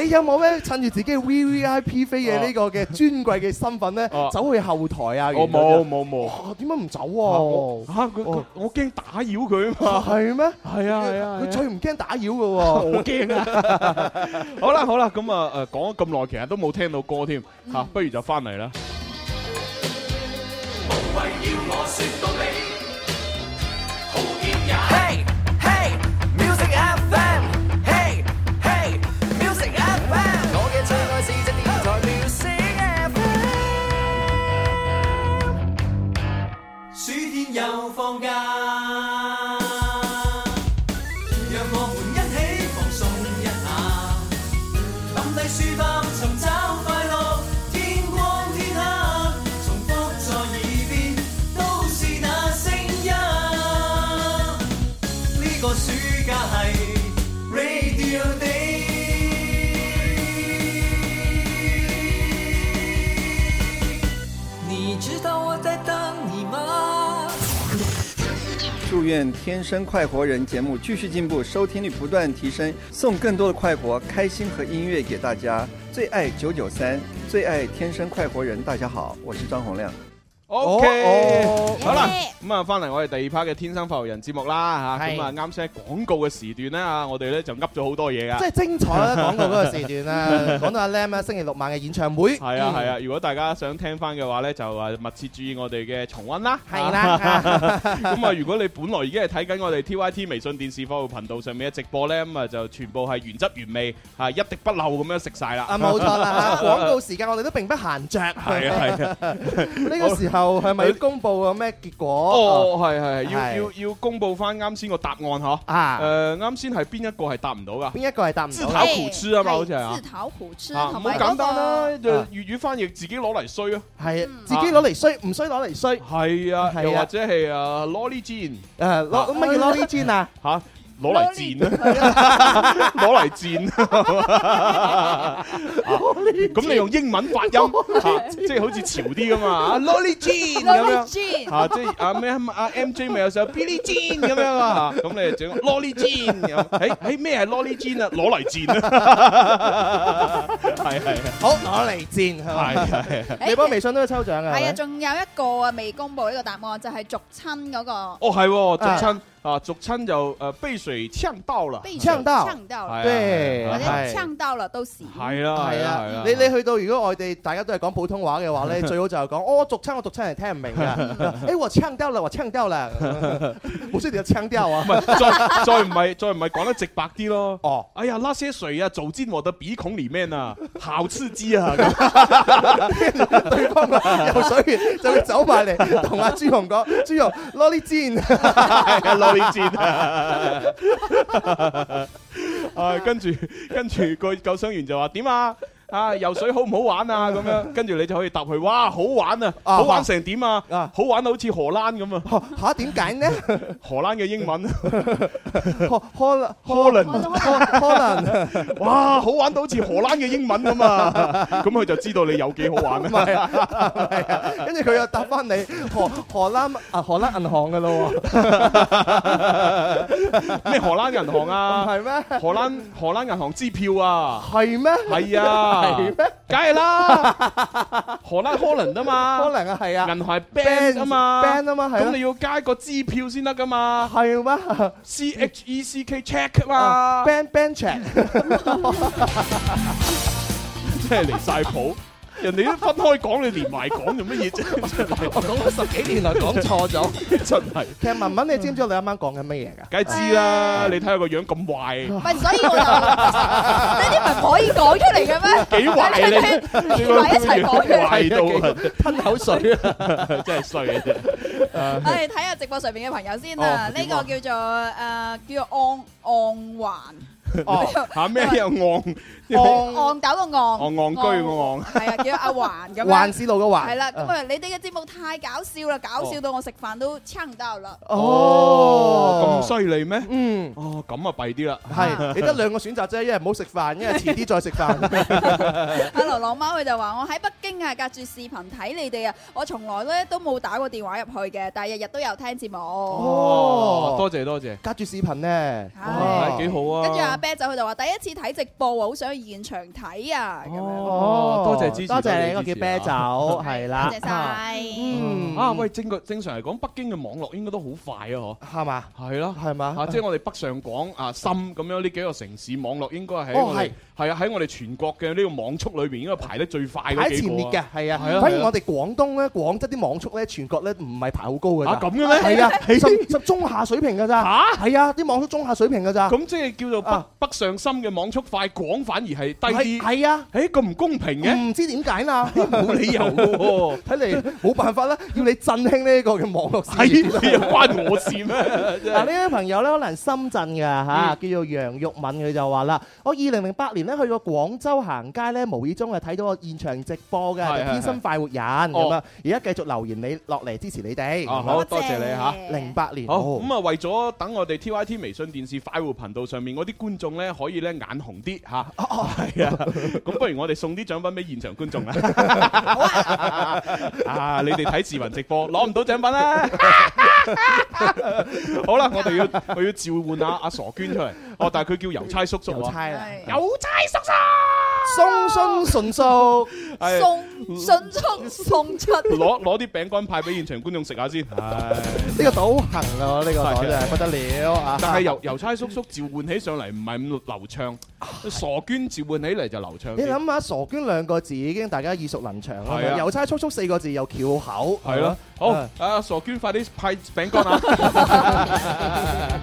(laughs) 喎。你有冇咧趁住自己 V V I P 飛嘅呢個嘅尊貴嘅身份咧哦，走去後台啊？我哦冇冇冇哇，哦點解唔走啊我喎、嚇佢佢哦我驚打擾佢啊嘛， (laughs) 係咩？係啊係啊，佢最唔驚打擾嘅喎、 (laughs) 我驚啊！好啦好啦，咁啊誒講咗咁耐，其實都冇聽到歌添嚇，不如就翻嚟啦。 Hey Hey Music FM Hey Hey Music FM，我嘅最愛是只電台 Music FM。暑天又放假，讓我們一起放鬆一下，抌低書包尋找快樂，天光天黑，重複在耳邊都是那聲音。呢個暑假係 Radio Day。你知道我在等你嗎？祝愿《天生快活人》节目继续进步，收听率不断提升，送更多的快活、开心和音乐给大家。最爱九九三，最爱《天生快活人》。大家好，我是张洪亮。 O K，哦好啦，耶咁啊，翻嚟我哋第二 part 嘅天生發育人節目啦吓，係咁啊，啱先喺廣告嘅時段咧啊，我哋咧就噏咗好多嘢啊噶。真係精彩啦！廣告嗰個時 (laughs) 段啦，講到阿 Lam 咧星期六晚嘅演唱會，係啊係啊，如果大家想聽翻嘅話咧，就啊密切注意我哋嘅重溫啦。係 (laughs) 啦，咁啊，如果你本來已經係睇緊我哋 T Y T 微信電視服務頻道上面嘅直播咧，咁啊就全部係原汁原味，啊一滴不漏咁樣食晒啦。啊冇錯啦，廣告時間我哋都並不閒着。 (laughs) 係啊係啊，呢個時候係咪要公佈個咩結 (laughs) 果？哦係係，係要係要要公佈翻啱先個答案嗬。啊，誒啱先係邊一個係答唔到噶？邊一個係答唔自到討啦？考苦吃啊嘛係好似係啊自討苦吃，啊，唔同好埋嗰簡單個啦，就啊粵語翻譯自己攞嚟衰啊，係嗯自己攞嚟衰，唔衰攞嚟衰。係係啊啊，又或者係啊攞呢箭誒攞乜嘢攞呢磚啊？吓，攞嚟戰啊， (laughs) 攞嚟 (laughs) 戰。啊咁你用英文 (laughs) 發音，嚇即係好似潮啲噶嘛，啊攞呢箭咁樣。 Lolly 嚇，即係啊咩啊 MJ 咪有首 Billy Jean 咁樣啊，嚇咁你就整 Lolly Jean 咁，誒誒咩係 Lolly Jean 啊？攞嚟戰啊， (laughs) 係係好攞嚟戰係嘛？係係係，你幫微信都有抽獎啊？係啊，仲有一個啊未公布呢個答案，就係俗親嗰個哦係喎，俗親啊俗親就誒被水嗆到啦，被嗆到嗆到係啊了，對或者係啊係嗆到了都死。係啦係係啦係啊啦，，你你去到如果外地大家都係講普通話嘅話咧，最好就係講哦，俗親我俗親係聽唔明嘅。誒，我唱掉啦，我唱掉啦，冇需要唱掉啊 (laughs) 唔。係再再唔係再唔係講得直白啲咯。哦，哎呀，那些水啊，走進我的鼻孔裡面啊，好刺激啊！咁對方嘅游水員就會走埋嚟同阿朱紅講：朱紅攞呢箭，係啊，落戰 (laughs) 啊！啊，跟住跟住個救生員就話點啊？啊，游水好唔好玩啊？咁樣，跟住你就可以答佢，哇，好玩啊！啊好玩成點啊啊？ (laughs) 好玩到好似荷蘭咁啊！嚇點解呢？荷蘭嘅英文，可可荷蘭。我都可能可可能哇，好玩到好似荷蘭嘅英文咁啊！咁佢就知道你有幾好玩唔啦。係啊，係啊，跟住佢又答翻你荷荷蘭啊荷蘭銀行嘅咯喎， (laughs) 咩荷蘭銀行啊？係咩？荷蘭荷蘭銀行支票啊？係咩？係啊，係咩？梗係 (laughs) 啦，荷蘭可能啊可嘛，能啊係啊銀行係 band 啊嘛 band 啊嘛係咁啊你要加一個支票先得噶嘛係咩，C H E C K check 啊嘛， ？band band check 真係離晒譜，人哋都分開講，你連埋講做乜嘢啫？真係我講咗十幾年來講錯咗。 (laughs) 真係，其實文文你知唔知道你啱啱講緊 (laughs) 乜嘢㗎？梗係知啦，你睇下個樣咁壞。唔係，所以我就呢啲唔係可以講出嚟嘅咩？幾 (laughs) 壞你，連埋一齊講嘅壞到啊吞口水啊！真係衰啊！真係我哋睇下直播上面嘅朋友先啊，哦呢個叫做誒叫做 (laughs) 戇戇哦，環，嚇咩又戇戇豆個戇戇，戇居個戇，係啊，叫阿環咁環樣。市路嘅環係啦，咁啊，你哋嘅節目太搞笑啦，搞笑到我食飯都撐到啦。哦咁，犀利咩？嗯。哦，咁啊弊啲啦。係，你得兩個選擇啫，一係唔好食飯，一係遲啲再食飯。阿流浪貓佢就話：我喺北京啊，隔住視頻睇你哋啊，我從來咧都冇打過電話入去嘅，但係日日都有聽節目。哦多謝多謝，隔住視頻呢，係幾好。好啊！跟住阿啤酒佢就話：第一次睇直播，好想去現場睇啊！咁樣，哦多謝支持多謝你，多謝我叫支持啤酒，係啊啦，多謝晒。嗯啊，喂，正個正常嚟講，北京嘅網絡應該都好快啊，係嘛？嗬。係啦，係嘛啊，？即係我哋北上廣啊、深咁樣呢幾個城市網絡應該喺哦我哋係啊喺我哋全國嘅呢個網速裏邊應該排得最快嗰排幾前列個嘅啊。，係啊。係啊反係而啊我哋廣東咧，廣州啲網速咧，全國咧唔係排好高㗎啊咋咁。嘅咩？係啊，十十中下水平㗎咋。嚇！係啊，啲網速中下水平㗎咋。咁即係叫做北啊北上深嘅網速快，廣反而係低係嗯啲。係啊，誒咁唔公平 (laughs) 嘅，唔知點解啦。冇理由嘅喎。 (laughs) 睇嚟冇辦法啦，要你振興呢一個嘅網絡事業。係你又哎關我事咩？ (laughs) 嗱，呢位朋友咧，可能深圳嘅嚇，叫做楊玉敏，佢就話啦：我二零零八年咧去過廣州行街咧，無意中係睇到個現場直播嘅係《係天生快活人》咁啊！而家繼續留言你落嚟支持你哋。啊好多謝你嚇零八年好哦咁啊，為咗等我哋 T Y T 微信電視快活頻道上面嗰啲觀眾咧，可以咧眼紅啲嚇，係啊，咁不如我哋送啲獎品俾現場觀眾啦。 (laughs) 啊，你哋睇視頻直播攞唔到獎品啦。好啦，我哋要我要召喚阿阿傻娟出嚟。哦，但係佢叫郵差叔叔有啊。差啦。係郵差叔叔。送信純熟，哎係送迅速送出，攞攞啲餅乾派俾現場觀眾食下先。呢個倒行啊！呢個袋真係不得了啊！但係郵郵差叔叔召喚起上嚟唔係咁流暢，傻娟召喚起嚟就流暢你啲。諗下傻娟兩個字已經大家耳熟能詳啦係，啊郵差速速四個字又翹口，係咯，好啊啊，傻娟快啲派餅乾 (laughs) 啊！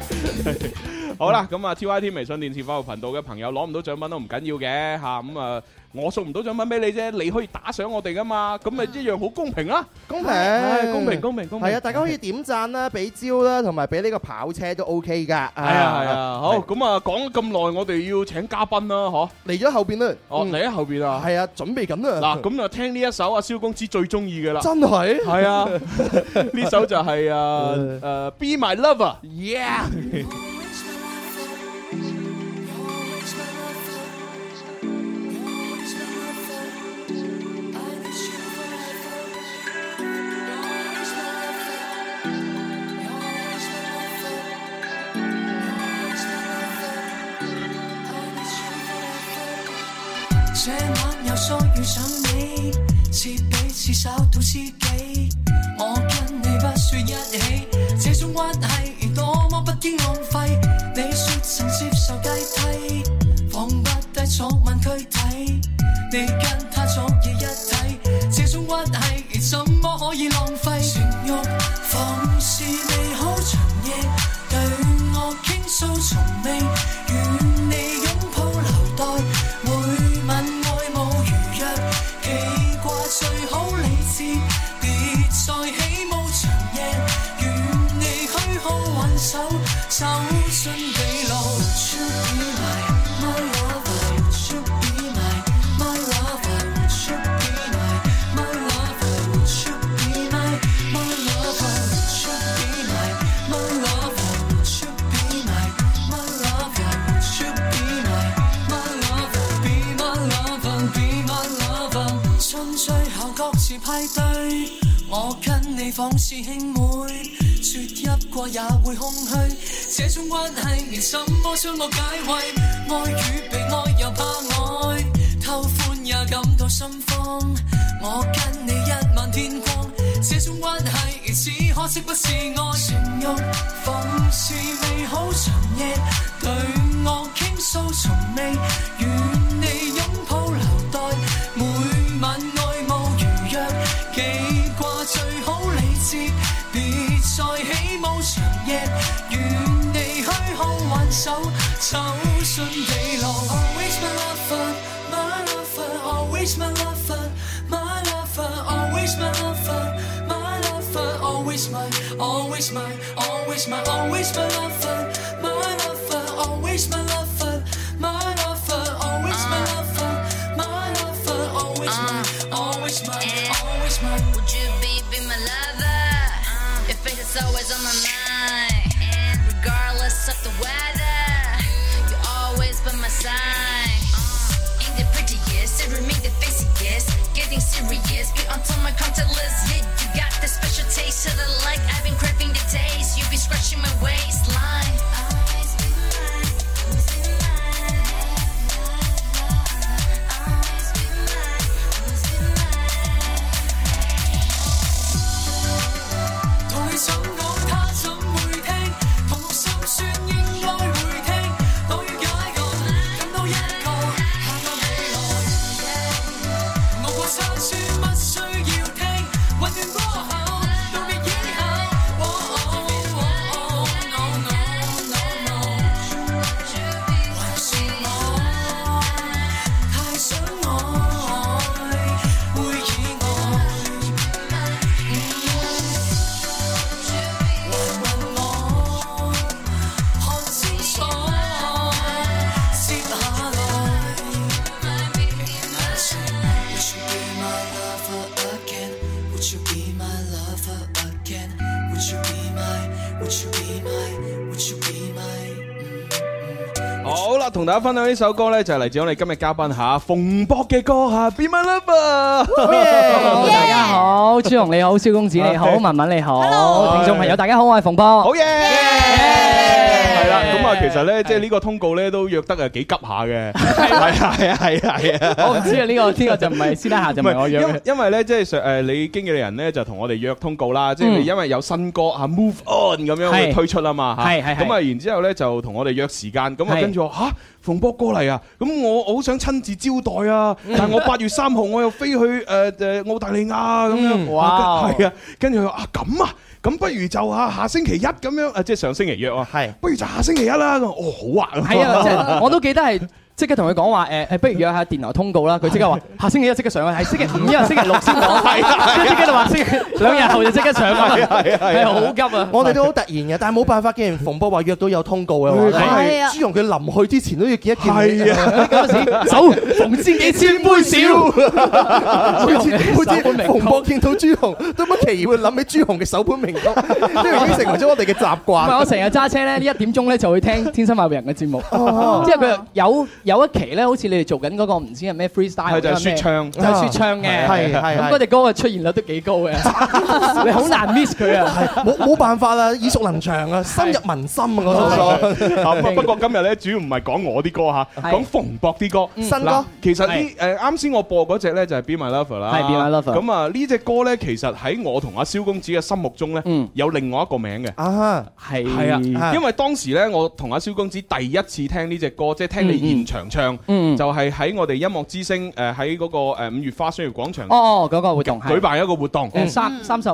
好啦，咁啊，T Y T 微信電視服務頻道嘅朋友攞唔到獎品都唔緊要嘅嚇，咁啊，我送唔到獎品俾你啫，你可以打賞我哋噶嘛，咁咪一樣好公平啦，公唉平，公平公平公平。係啊，大家可以點讚啦，俾招啦，同埋俾呢個跑車都 OK 㗎。係啊係啊係啊，好咁啊，講咗咁耐，我哋要請嘉賓啦，嗬，嚟咗後邊啦。哦，嗯嚟喺後邊啊，係啊，準備緊啦。嗱，咁就聽呢一首阿蕭公子最中意嘅啦。真係係啊， (laughs) 呢首就係 (laughs) 啊誒 Be My Lover，Yeah，這晚又騷遇上你，是彼此找到知己。我跟你不說一起，這種關係如多麼不經浪費。你說曾接受階梯，放不低昨晚軀體，你跟他昨夜一體，這種關係如怎麼可以浪費？情欲仿是美好長夜，對我傾訴從未與你擁抱留待，每晚愛慕如約，記掛最好理智，別再起舞長夜，願你虛耗挽手，走進地牢。Would you be my my lover? Would you be my my lover? Would you be my my lover? Would you be my my lover? Would you be my my lover? Would you be my my lover? Would you be my my lover? Be my lover, be my lover。春最後各自派對，我跟你仿似兄妹。説一過也會空虛，這種關係連什麼將我解圍？愛與被愛又怕愛，偷歡也感到心慌。我跟你一晚天光，這種關係似可惜不是愛。情欲仿是美好長夜，對我傾訴從未與你擁抱留待，每晚愛慕如約，記掛最好理智。別再起舞長夜，願你虛耗挽手，走進地牢。Always my lover, my lover, always my lover, my lover, always my lover, my lover, always my, always my, always my, always my lover, my lover, always my lover, my lover, always my lover, my lover, always my, always my, always my. Would you be, be my lover? Uh. Your face is always on my mind. And regardless of the weather, you always by my side. Uh. Ain't the prettiest, it remain the face, yes. Getting serious, be on top of my contact list. Yeah, you got the special taste of the like. I've been craving the taste. You be scratching my waistline. Always be mine, always be mine. Always be mine, always be mine. 同你想講，他怎會聽？同我心酸應該會聽。我要解救，等到一個下個未來。我過山酸不需要聽，混亂過後道別以後。哦 no no no no。還是我太想愛，會意外。還問我看清楚，接下來。Would you be my lover again? Would you be my lover again? Would you be my? Would you be my? Would you be my? 好啦，同大家分享呢首歌咧，就係嚟自我哋今日嘉賓吓馮博嘅歌吓 Be My Lover。 (laughs) 大家好，朱紅你好，蕭公子你好，文文你好，聽眾朋友大家好，我係馮波。好嘢！係啦，咁啊，其實咧，即係呢個通告咧都約得誒幾急下 (laughs) 嘅，係啊，係啊，係啊，係啊，我唔知啊，呢個呢個就唔係私底下就唔係我約因為嘅。因為咧，即係上誒你經紀人咧就同我哋約通告啦，即係嗯因為有新歌啊 Move On 咁樣去係推出啊嘛，嚇係係係咁啊，然之後咧就同我哋約時間，咁啊係跟住我嚇。馮博過嚟啊！咁我我好想親自招待啊，嗯但係我八月三號我又飛去誒誒澳大利亞咁嗯樣，哇啊跟係啊，跟住佢話啊咁啊，咁不如就啊下星期一咁樣啊，即係上星期約啊，係，不如就下星期一啦，咁哦好啊，係 (laughs) 啊，即係我都記得係。即刻同佢講話誒誒，不如約下電台通告啦。佢即刻話下星期一即刻上去，係星期五，因為星期六先講， (laughs) 係啊係啊跟住即刻就話星期兩日後就即刻上去，係好急啊！我哋都好突然嘅，但係冇辦法，既然馮博話約到有通告嘅話，係啊朱容佢臨去之前都要見一見你。係啊嗰陣時 (laughs) 走逢知己千杯 (laughs) 少朱每次每次紅嘅馮博見到朱紅，都不期然會諗起朱紅嘅首本名曲，呢個已經成為咗我哋嘅習唔係，我成慣。日揸車咧，呢一點鐘咧就會聽《天生快活人》嘅節目，哦即係佢有有一期咧，好似你哋做緊嗰個唔知係咩 freestyle，係就定係咩說唱就係説唱嘅，係係係咁嗰隻歌嘅出現率都幾高嘅，你好難 miss 佢啊！係冇冇辦法啦，耳熟能詳啊，深入民心啊，我覺 (laughs) 啊不得。 (laughs) 不過今日咧，主要唔係講我啲歌嚇，係講馮博啲歌。嗯新歌嗱其實呢係誒啱先我播嗰只咧就係 Be My Lover 啦，係 Be My Lover 咁啊呢只歌咧其實喺我同阿蕭公子嘅心目中咧嗯有另外一個名嘅。啊，係係啊，因為當時咧，我同阿蕭公子第一次聽呢只歌，即係聽你現場唱，嗯嗯就係喺我哋音樂之星誒喺嗰個誒五月花商業廣場哦，嗰個活動係嗯舉辦一個活動。誒三三十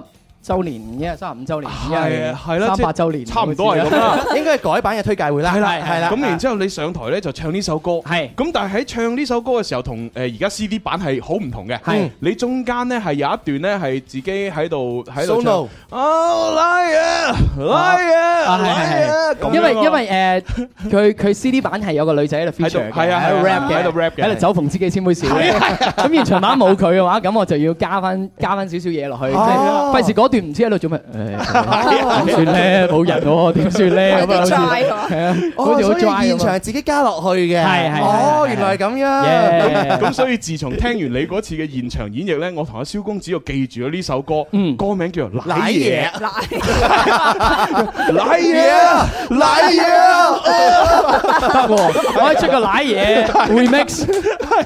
週年，因為三十五週年，因係為啊係啦，三即係八週年，差唔多係咁啦。應該係改版嘅推介會啦，係啦，係啦。咁啊然之後你上台咧就唱呢首歌，係咁，但係喺唱呢首歌嘅時候，同誒呃而家 CD 版係好唔同嘅。嗯係你中間咧係有一段咧係自己喺度喺度 Solo 唱。哦，拉啊，拉啊， (laughs) 啊拉啊！係係係，因為因 (laughs) 為誒佢佢 CD 版係有個女仔喺度 feature 嘅，係啊係啊喺度 rap 嘅，喺度 rap 嘅喺度走逢知己千杯少。咁現場版冇佢嘅話，咁我就要加翻加翻少少嘢落去，即係哦費事嗰段唔知喺度做乜，誒啊點算 (laughs) 咧？冇人喎，點算咧？咁樣好似係啊，好似哦，好所以 dry 現咁啊場自己加落去嘅。係係係哦，係原來係咁樣。 (laughs) Yeah 咁所以自從聽完你嗰次嘅現場演繹咧，我同阿蕭公子就記住咗呢首歌，嗯歌名叫做《奶嘢》。奶嘢啊，奶嘢啊！得喎，我可以出個 (laughs) 奶嘢 remix，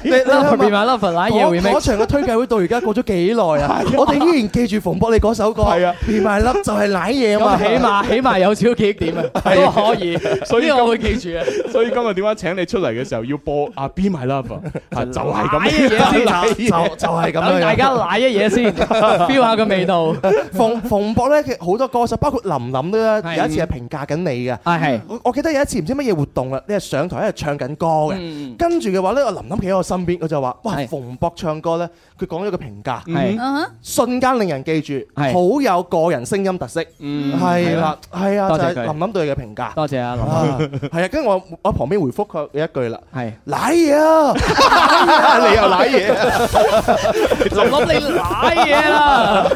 你你諗下 Love Be My Lover 奶嘢嗰 remix 嗰。場嘅推介會到而家過咗幾耐啊！我哋依然記住馮博你嗰首歌，係啊連埋粒就係奶嘢啊嘛。咁起 (laughs) (laughs) 碼起碼有少少記憶點啊，都可以，所以我會記住啊。所以今日點解請你出嚟嘅時候要播啊《Be My Lover》(laughs) 啊，就係咁奶嘢先啊 (laughs) 奶嘢就就係咁樣等樣。大家奶一嘢先 (laughs) ，feel 下個味道。 (laughs) 馮馮博咧，其實好多歌手，包括林林都係有一次係評價緊你嘅。啊係，我我記得有一次唔知乜嘢活動啦，你係上台喺度唱緊歌嘅，嗯跟住嘅話咧，我林林企喺我身邊，佢就話：哇，係馮博唱歌咧，佢講咗個評價，係瞬間令人記住，係好有個人聲音特色，係啦，係啊，多就謝係佢林林對你嘅評價。多謝啊林啊係啊，跟住我我旁邊回覆佢一句啦，係奶嘢啊，你又奶嘢啊，林林你奶嘢啦，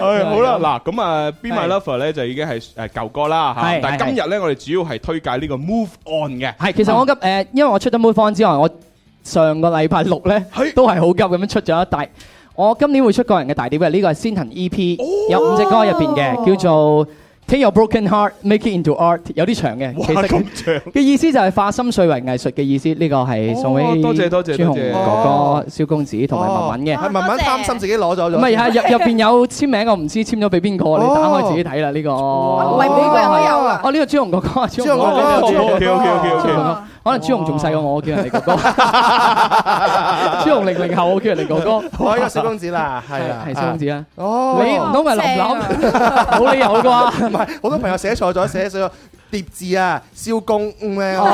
唉，好啦，嗱，咁啊《Be My Lover》咧就已經係誒舊歌啦嚇係，但係係今日咧我哋主要係推介呢個《Move On》嘅。係其實我急誒，因為我出咗 move on 之外，我上個禮拜六咧係 (laughs) 都係好急咁樣出咗一大，我今年會出個人嘅大碟嘅，呢個係先行 EP，有五隻歌入邊嘅，叫做 Take Your Broken Heart Make It Into Art，有啲長嘅，哇，其實佢咁長，嘅意思就係化心碎為藝術嘅意思，呢個係送俾哦多謝多謝朱紅多謝哥哥、蕭公子 (laughs) 同埋文文嘅。係慢慢擔心自己攞咗咗，唔係係入入邊有簽名，我唔知簽咗俾邊個，你打開自己睇啦呢個。哦哦唔喂每個人都有啊哦呢個朱紅哥哥，朱紅朱紅哥哥哥哥， OK OK OK 朱紅哥 OK。哥，可能朱紅仲細過我，我叫人哋哥哥。朱紅零零後，我叫人哋哥哥。我係個小公子啦，係啦，係小公子啊！哦，你唔通咪林啊林？冇理由啩？唔係好多朋友寫錯咗，寫咗疊字啊，蕭公嗯咧。哦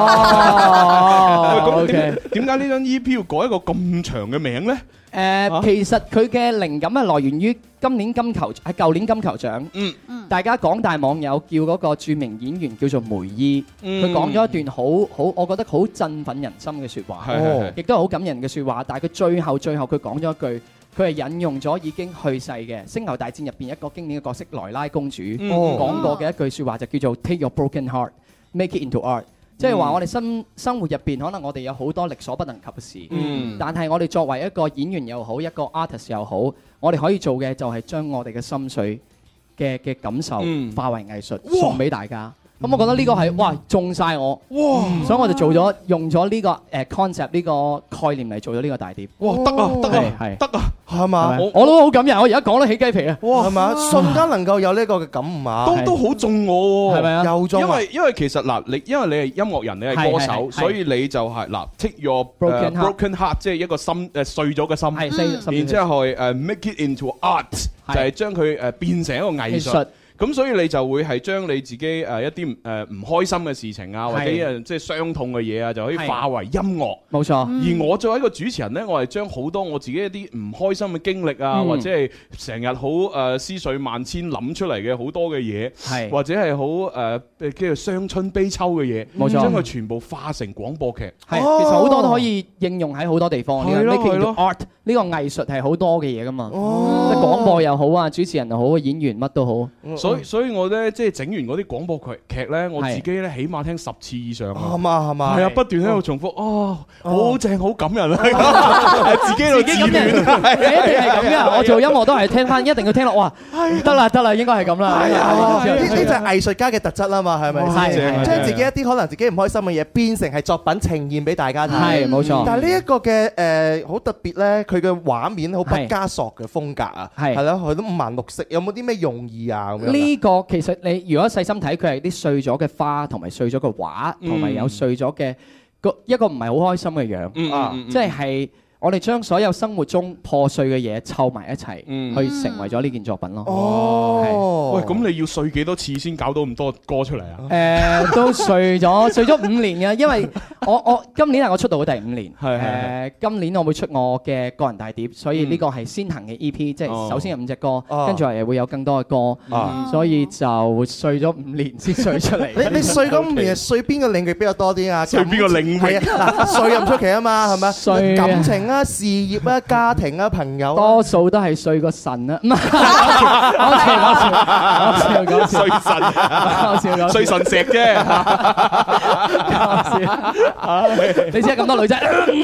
喂咁，OK 點。點解呢張 EP 要改一個咁長嘅名咧？誒、其實佢嘅靈感係來源於今年金球，係舊年金球獎。嗯嗯大家廣大網友叫嗰個著名演員叫做梅姨，佢佢講咗一段好好，我覺得好振奮人心嘅説話，係係係亦都係好感人嘅説話。但係佢最後最後佢講咗一句，佢係引用咗已經去世嘅《星球大戰》入邊一個經典嘅角色萊拉公主嗯講過嘅一句説話，就叫做 Take your broken heart, make it into art。即係話我哋生生活入邊，可能我哋有好多力所不能及嘅事。嗯但係我哋作為一個演員又好，一個 artist 又好，我哋可以做嘅就係將我哋嘅心水嘅嘅感受化為藝術，哇送俾大家。咁我覺得呢個係哇中晒我，哇所以我就做咗用咗呢個誒 concept 呢個概念嚟做咗呢個大碟。哇得啊得啊係得啊，係嘛？我我都好感人，我而家講得起雞皮啊！係嘛？瞬間能夠有呢個嘅感悟啊！都都好中我喎，係咪啊又中啊因為因為其實嗱，你因為你係音樂人，你係歌係手，係係所以你就係嗱，take your Broken 誒 heart broken heart，即係一個心誒碎咗係嘅心碎，碎然之後係誒 make it into art，就係將佢誒變成一個藝藝術術。咁所以你就會係將你自己誒一啲誒唔開心嘅事情啊，或者係誒即係傷痛嘅嘢啊，就可以係化為音樂。冇錯嗯而我作為一個主持人呢，我係將好多我自己一啲唔開心嘅經歷啊，嗯或者係成日好誒思緒萬千諗出嚟嘅好多嘅嘢，係或者係好誒誒叫做傷春悲秋嘅嘢，冇錯將佢全部化成廣播劇。係，其實好多都可以應用喺好多地方。呢係個咯 making 係 into 咯 art 呢個藝術係好多嘅嘢噶嘛，即係廣播又好啊，主持人又好，演員乜都好。所以所以我咧即係整完嗰啲廣播劇劇咧，我係自己咧起碼聽十次以上啊。係嘛係嘛係啊，不斷喺度重複，哦，好正，好感人啊！自己喺度自咁嘅，你一定戀，係咁噶。我做音樂都係聽翻，一定要聽落，哇，得啦得啦，應該係咁呢啦。呢就係藝術家嘅特質啦嘛，係咪係先？係將自己一啲可能自己唔開心嘅嘢，變成係作品呈現俾大家睇。係冇錯但係呢一個嘅誒好特別咧，佢嘅畫面好畢加索嘅風格啊，係係咯，佢都五顏六色，有冇啲咩用意啊？咁樣呢個其實你如果細心睇，佢係啲碎咗嘅花，同埋碎咗嘅畫，同埋有碎咗嘅個一個唔係好開心嘅嗯嗯樣啊嗯嗯即係係我哋將所有生活中破碎嘅嘢湊埋一齊，嗯去成為咗呢件作品咯。哦喂，咁你要碎幾多次先搞到咁多歌出嚟 (laughs) 啊？誒都碎咗，碎咗五年嘅，因為我我今年係我出道嘅第五年，係誒今年我會出我嘅個人大碟，所以呢個係先行嘅 EP，即係首先有五隻歌，哦跟住係會有更多嘅歌，所以就碎咗五年先碎出嚟。 (laughs) 你你碎嗰五年係碎邊個領域比較多啲啊？碎邊個領域係啊嗱碎又唔出奇啊嘛，係咪？碎啊感情啊、事業啊、家庭啊、朋友啊。 (laughs) 多數都係碎個神啦，唔 (laughs) 係講笑講笑講笑講笑，碎搞笑搞 (laughs) 笑神，碎神石啫。你知係咁多 (laughs) 女仔， (laughs)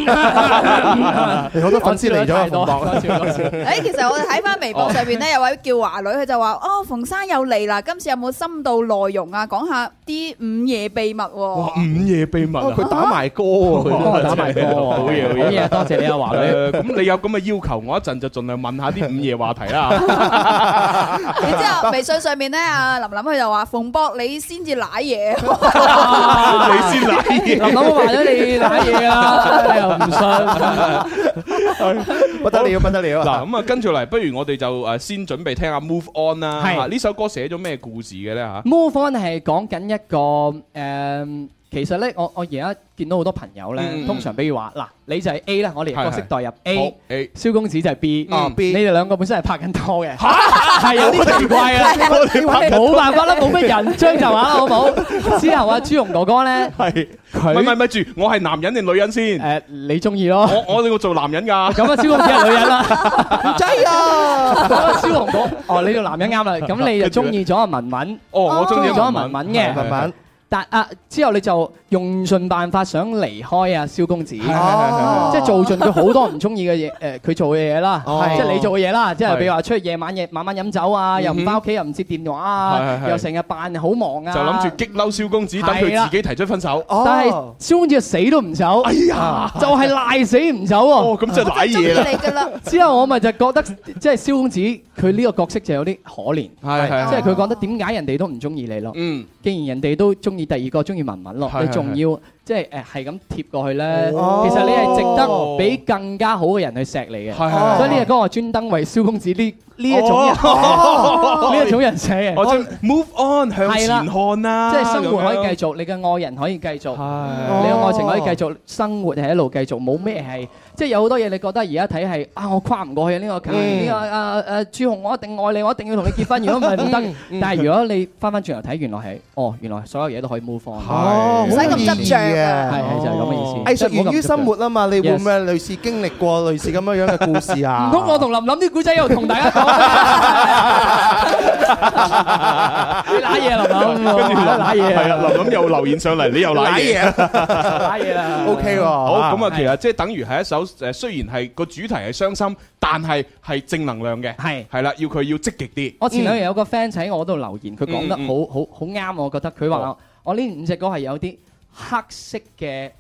你好多粉絲嚟咗啊，太多馮博講笑講笑誒，其實我哋睇翻微博上邊咧，有位叫華女，佢就話：哦，馮生又嚟啦，今次有冇深度內容啊？講下啲午夜秘密喎。午夜秘密啊！哦佢打埋歌 (laughs) 喎，佢幫我打埋歌喎好嘢好好嘢嘢，多謝你啊華女誒咁你有咁嘅要求，我一陣就盡量問下啲午夜話題啦。然之後微信上面咧，阿林琳佢就話：馮博你先至舐嘢， (laughs) 你先嚟嘢，林林我話咗你打嘢啊， (laughs) 你又唔信？不得了不得了啊！嗱咁啊，跟住嚟，不如我哋就誒先準備聽下 Move On 啦。啊係嚇呢首歌寫咗咩故事嘅咧嚇？ Move on 係講緊一個誒、其實咧，我我而家見到好多朋友咧，嗯通常比如話嗱，你就係 A 啦，我哋角色代入 A， A，蕭公子就係 B，哦嗯 B 你哋兩個本身係拍緊拖 (laughs) 嘅，係有啲奇怪啊！我哋玩緊冇辦法啦，冇咩人將就下啦，好冇？之後啊，朱紅哥哥咧，係佢咪咪咪住，我係男人定女人先？誒，你中意咯？我我我做男人㗎。咁啊，蕭公子係女人啦，唔制 (laughs) 啊！咁啊，蕭 (laughs) 紅哥，哦，你做男人啱啦，咁你就中意咗阿文文，哦，我中中意意咗阿文文嘅。慢慢但啊之後你就用盡辦法想離開啊蕭公子，即哦，係做盡佢好多唔中意嘅嘢， (laughs) 誒佢做嘅嘢啦，哦即係你做嘅嘢啦，即係係譬如話出去夜晚夜晚晚飲酒啊，又唔翻屋企又唔接電話啊係係，係又成日扮好忙啊，就諗住激嬲蕭公子，等係啦佢自己提出分手。哦，但係蕭公子死都唔走，哎呀，就係賴死唔走哦，喎。咁就賴中意嘢啦。你噶 (laughs) 啦。之後我咪就覺得，即係蕭公子佢呢個角色就有啲可憐，係係即係佢覺得點解人哋都唔中意你咯？嗯，既然人哋都中意第二個中意文文咯，係你係仲要即係誒係咁貼過去咧，哦其實你係值得俾更加好嘅人去錫你嘅。係係所以呢隻歌我專登為蕭公子呢呢一 (laughs) 種人呢一種人寫我嘅，將 Move On 向係前啦看啦。即係生活可咁樣以繼續，你嘅愛人可以繼續。係你嘅愛情可以繼續，生活係一路繼續，冇咩係，即係有好多嘢你覺得而家睇係啊，我跨唔過去呢個坎，嗯呢個啊啊朱紅，我一定愛你，我一定要同你結婚，如果唔係唔得。但係如果你翻翻轉頭睇，原來係哦，原來所有嘢都可以 move on，係哦，唔使咁執着啊係就係咁嘅意思。藝術源於生活啊嘛，你會 Yes 唔會類似經歷過類 À. 似咁樣樣嘅故事啊？唔通我同林琳啲古仔又同大家講？林林跟住林瀨嘢啊係啊，林林又留言上嚟，你又賴嘢，賴嘢啦 OK 喎好咁啊，係其實即係等於係一首誒，雖然係個主題係傷心，但係係正能量嘅，係係啦，要佢要積極啲。我前兩日有個 fans 喺我度留言，佢講得嗯嗯好好好啱，我覺得佢話我呢五隻歌係有啲黑色嘅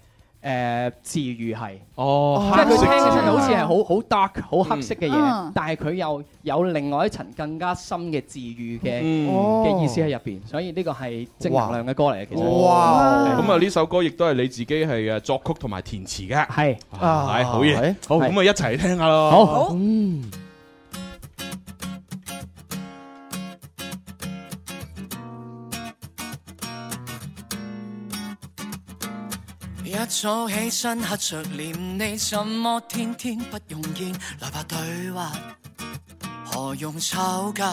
誒治愈係，哦即係佢黑色聽起身好似係治癒好好 dark 好黑色嘅嘢嗯，但係佢又有另外一層更加深嘅治愈嘅嗯哦嘅意思喺入邊，所以呢個係正能量嘅歌嚟嘅，其實咁啊呢首歌亦都係你自己係誒作曲同埋填詞嘅，係啊係好嘢係，好咁啊一齊聽下咯，好。一早起身黑着臉，你怎麼天天不用見？來吧對話，何用吵架？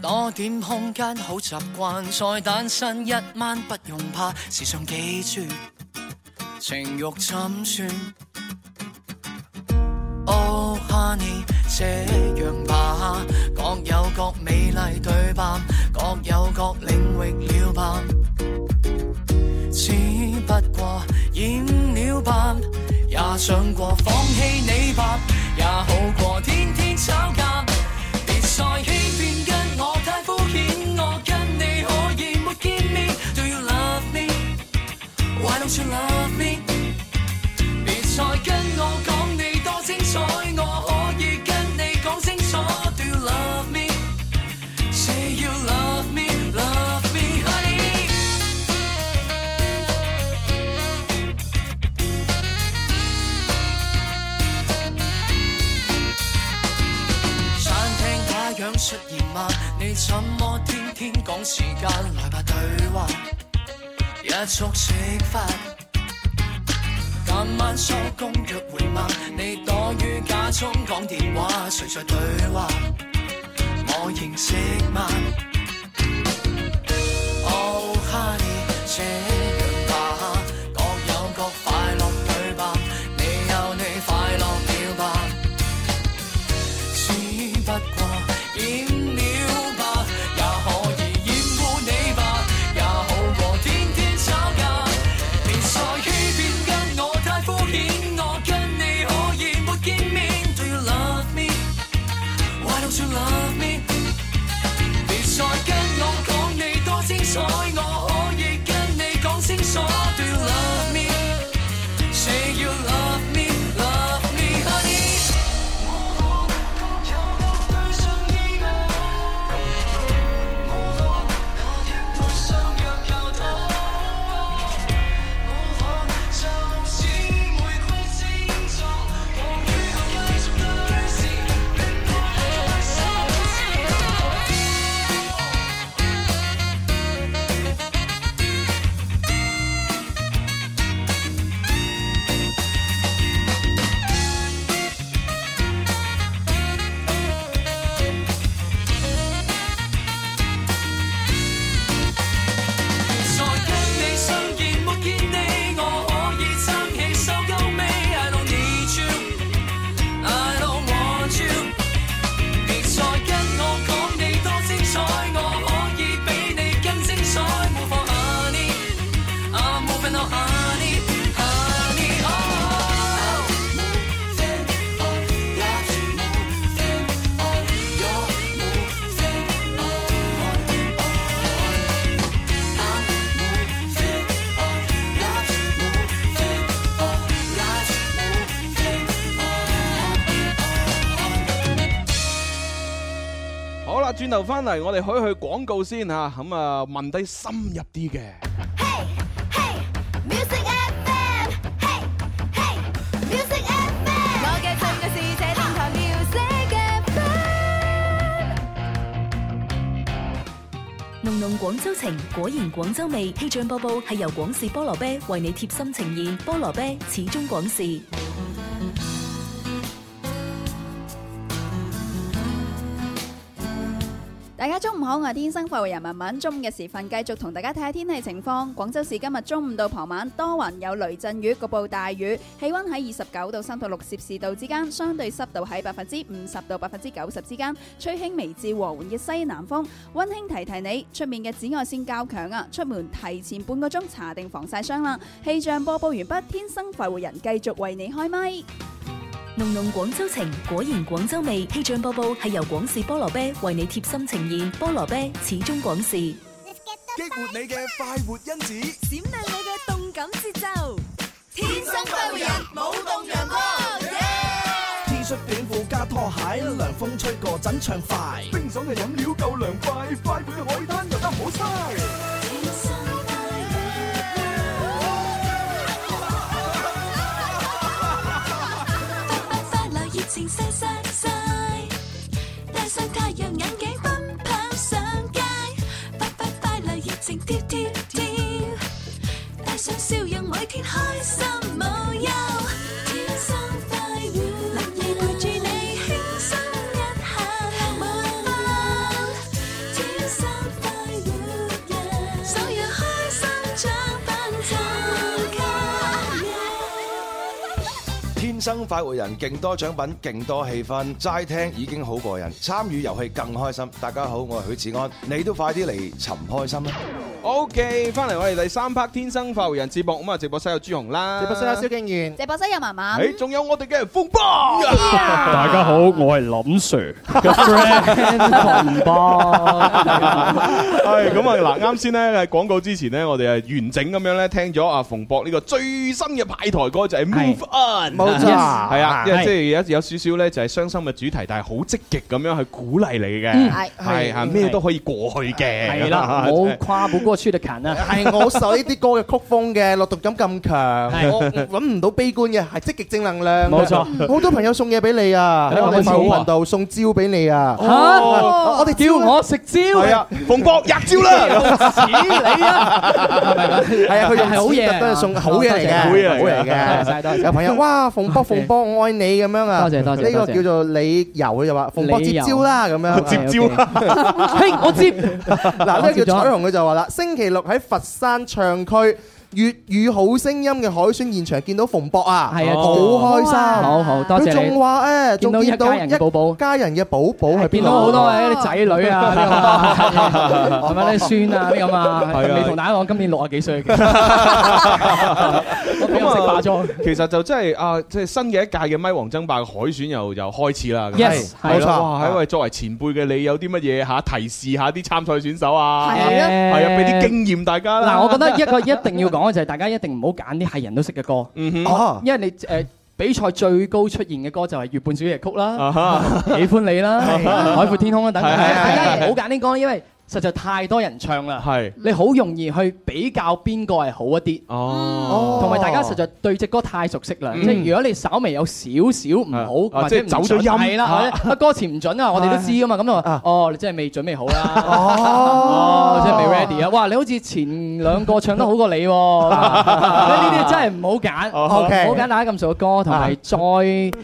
多點空間好習慣，再單身一晚不用怕。時常記住，情慾怎算？Oh honey，這樣吧，各有各美麗對白，各有各領域了吧。只不過染了吧，也想過放棄你吧，也好過天天吵架。別再欺騙，跟我太膚淺，我跟你可以沒見面。Do you love me? Why don't you love me? 別再跟我講你多精彩，我可以跟你講清楚。Do you love me? Say you love me, love me, honey. 餐廳打烊出現嗎？你怎麼天天講時間？來吧對話，一觸即發。今晚收工約會嗎？你躲於家中講電話，誰在對話？我認識嗎？Oh honey，這樣吧，各有各快樂對吧？你有你快樂了吧？只不過染了吧，也可以厭惡你吧，也好過天天吵架。別再欺騙，跟我太膚淺，我跟你可以沒見面。Do you love me? Why don't you love me? 別再跟我講你多精彩，我可以跟你講清楚。Do you love me? Say you love me, love me, honey. 再跟你相見沒見你，我可以撐起手夠尾。I don't need you, I don't want you。別再跟我講你多精彩，我可以比你更精彩。Move on, honey, I'm moving on, honey, honey, oh. Moving on, love you, moving on, you're moving on, on, on. Thank 好啦，轉頭翻嚟，我哋可以去廣告先嚇，咁啊問低深入啲嘅。 Music FM，我嘅真愛是這電台 Music FM。濃濃廣州情，果然廣州味。氣象播報係由廣氏菠蘿啤為你貼心呈現，菠蘿啤始終廣氏。大家家中午好，我係天生快活人文文。中午嘅時分，繼續同大家睇下天氣情況。廣州市今日中午到傍晚多雲有雷陣雨，局部大雨，氣温喺二十九到三十六攝氏度之間，相對濕度喺百分之五十到百分之九十之間，吹輕微至和緩嘅西南風。温馨提提你，出面嘅紫外線較強啊，出門提前半個鐘搽定防曬霜啦。氣象播報完畢，天生快活人繼續為你開咪。濃濃廣州情，果然廣州味。氣象播報係由廣氏菠蘿啤為你貼心呈現，菠蘿啤始終廣氏。激活你嘅快活因子，閃亮你嘅動感節奏，天生快活人，舞動陽光。 T 恤短褲加拖鞋，涼風吹過陣暢快。冰爽嘅飲料夠涼快，快活海灘遊得好嘥。快樂熱情西晒晒，戴上太陽眼鏡奔跑上街，快快快樂熱情跳跳跳，帶上笑容每天開心無憂，天生快活，樂意陪住你輕鬆一下，無分天生快活人，所有開心獎品就給天生快活人，勁多獎品，勁多氣氛，齋聽已經好過癮，參與遊戲更開心。大家好，我係許志安，你都快啲嚟尋開心啦！ OK，翻嚟我哋第三 part《天生浮人》節目，咁啊直播室有朱紅啦，直播室有蕭敬元，直播室有文文， (laughs) 誒，仲有我哋嘅風波，大家好，我係林 Sir 嘅 friend (laughs) 係咁 (laughs) 啊！嗱，啱先咧喺廣告之前咧，我哋係完整咁樣咧聽咗阿馮博呢個最新嘅派台歌就係 Move On，冇錯 (laughs) 係啊，因為係即係有有少少咧就係傷心嘅主題，但係好積極咁樣去鼓勵你嘅嗯，係係啊，係咩都可以過去嘅，係 (laughs) 啦，冇跨不過去的坎啊！係我受呢啲歌嘅曲風嘅落讀感咁強，我揾唔到悲觀嘅，係積極正能量。冇錯好多朋友送嘢俾你啊，你喺話我哋冇某啊頻道送蕉俾你啊。嚇哦我哋叫我食蕉，係啊，馮博吔蕉啦，屎你啊！係啊，佢用係好嘢錢特登送好嘢嚟嘅，好嘢嚟嘅好嘢多謝多謝嘅。有朋友哇，馮波馮波，我愛你咁樣啊！多謝多謝呢多個謝叫做李由，佢就話馮波接招啦咁樣。接招啦嘿我接 (laughs) 嗱，呢個叫彩虹，佢就話啦，星期六喺佛山唱區。粵語好聲音嘅海選現場見到馮博啊，係啊好開心，哇好好多謝你佢仲話誒，仲見見到到一家人嘅寶寶，家人嘅寶寶喺邊見度？啊哦到好多嘅啲仔女啊，呢 (laughs) 個係咪啲孫啊啲咁啊？係啊未同大家講今年六啊幾歲 (laughs) 嘅，我俾我識化妝。 (laughs) 其實就真係啊，即係新嘅一屆嘅咪王爭霸嘅海選又又開始啦。 Yes，係係啦啦哇！因為作為前輩嘅你，有啲乜嘢嚇提示下啲參賽選手啊？係啊係啊，俾啲經驗大家啦。嗱，我覺得一個一定要講嘅就係大家一定唔好揀啲係人都識嘅歌，哦因為你誒。比賽最高出現嘅歌就係《月半小夜曲》啊啦，哈《喜歡你》 (laughs) 啦，係《海闊天空》啦等等，係係係大家唔好揀啲歌，因為實在太多人唱啦，係你好容易去比較邊個係好一啲，哦同埋大家實在對隻歌太熟悉啦，嗯即係如果你稍微有少少唔好啊或者即係走咗音係啦，或者啊歌詞唔準啊，我哋都知噶嘛，咁就話哦，你真係未準備好啦，哦，真係未 ready 啊，哇，你好似前兩個唱得好過你喎，呢啲真係唔 (laughs) 好揀， OK 唔好揀大家咁熟嘅歌，同埋再。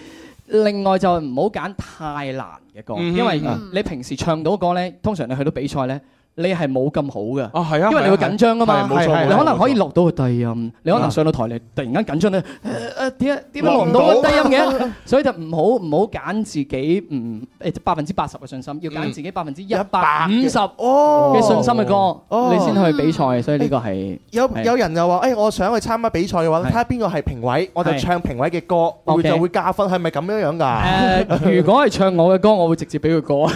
另外就唔好揀太難嘅歌，嗯因為嗯你平時唱到歌咧，通常你去到比賽咧，你係冇咁好嘅。啊係啊因為你會緊張噶嘛。係冇錯冇錯你可能冇錯可以落到去低音，你可能上到台你突然間緊張咧，誒誒點解點解落唔到個低音嘅？所以就唔好唔好揀自己唔誒百分之八十嘅信心，要揀自己百分之一百五十嘅信心嘅哦歌，你先去比賽。所以呢個係有係有人就話：，誒，我想去參加比賽嘅話，睇下邊個係評委，我就係唱評委嘅歌，會 OK 就會加分，係咪咁樣樣㗎？誒，如果係唱我嘅歌，我會直接俾佢過。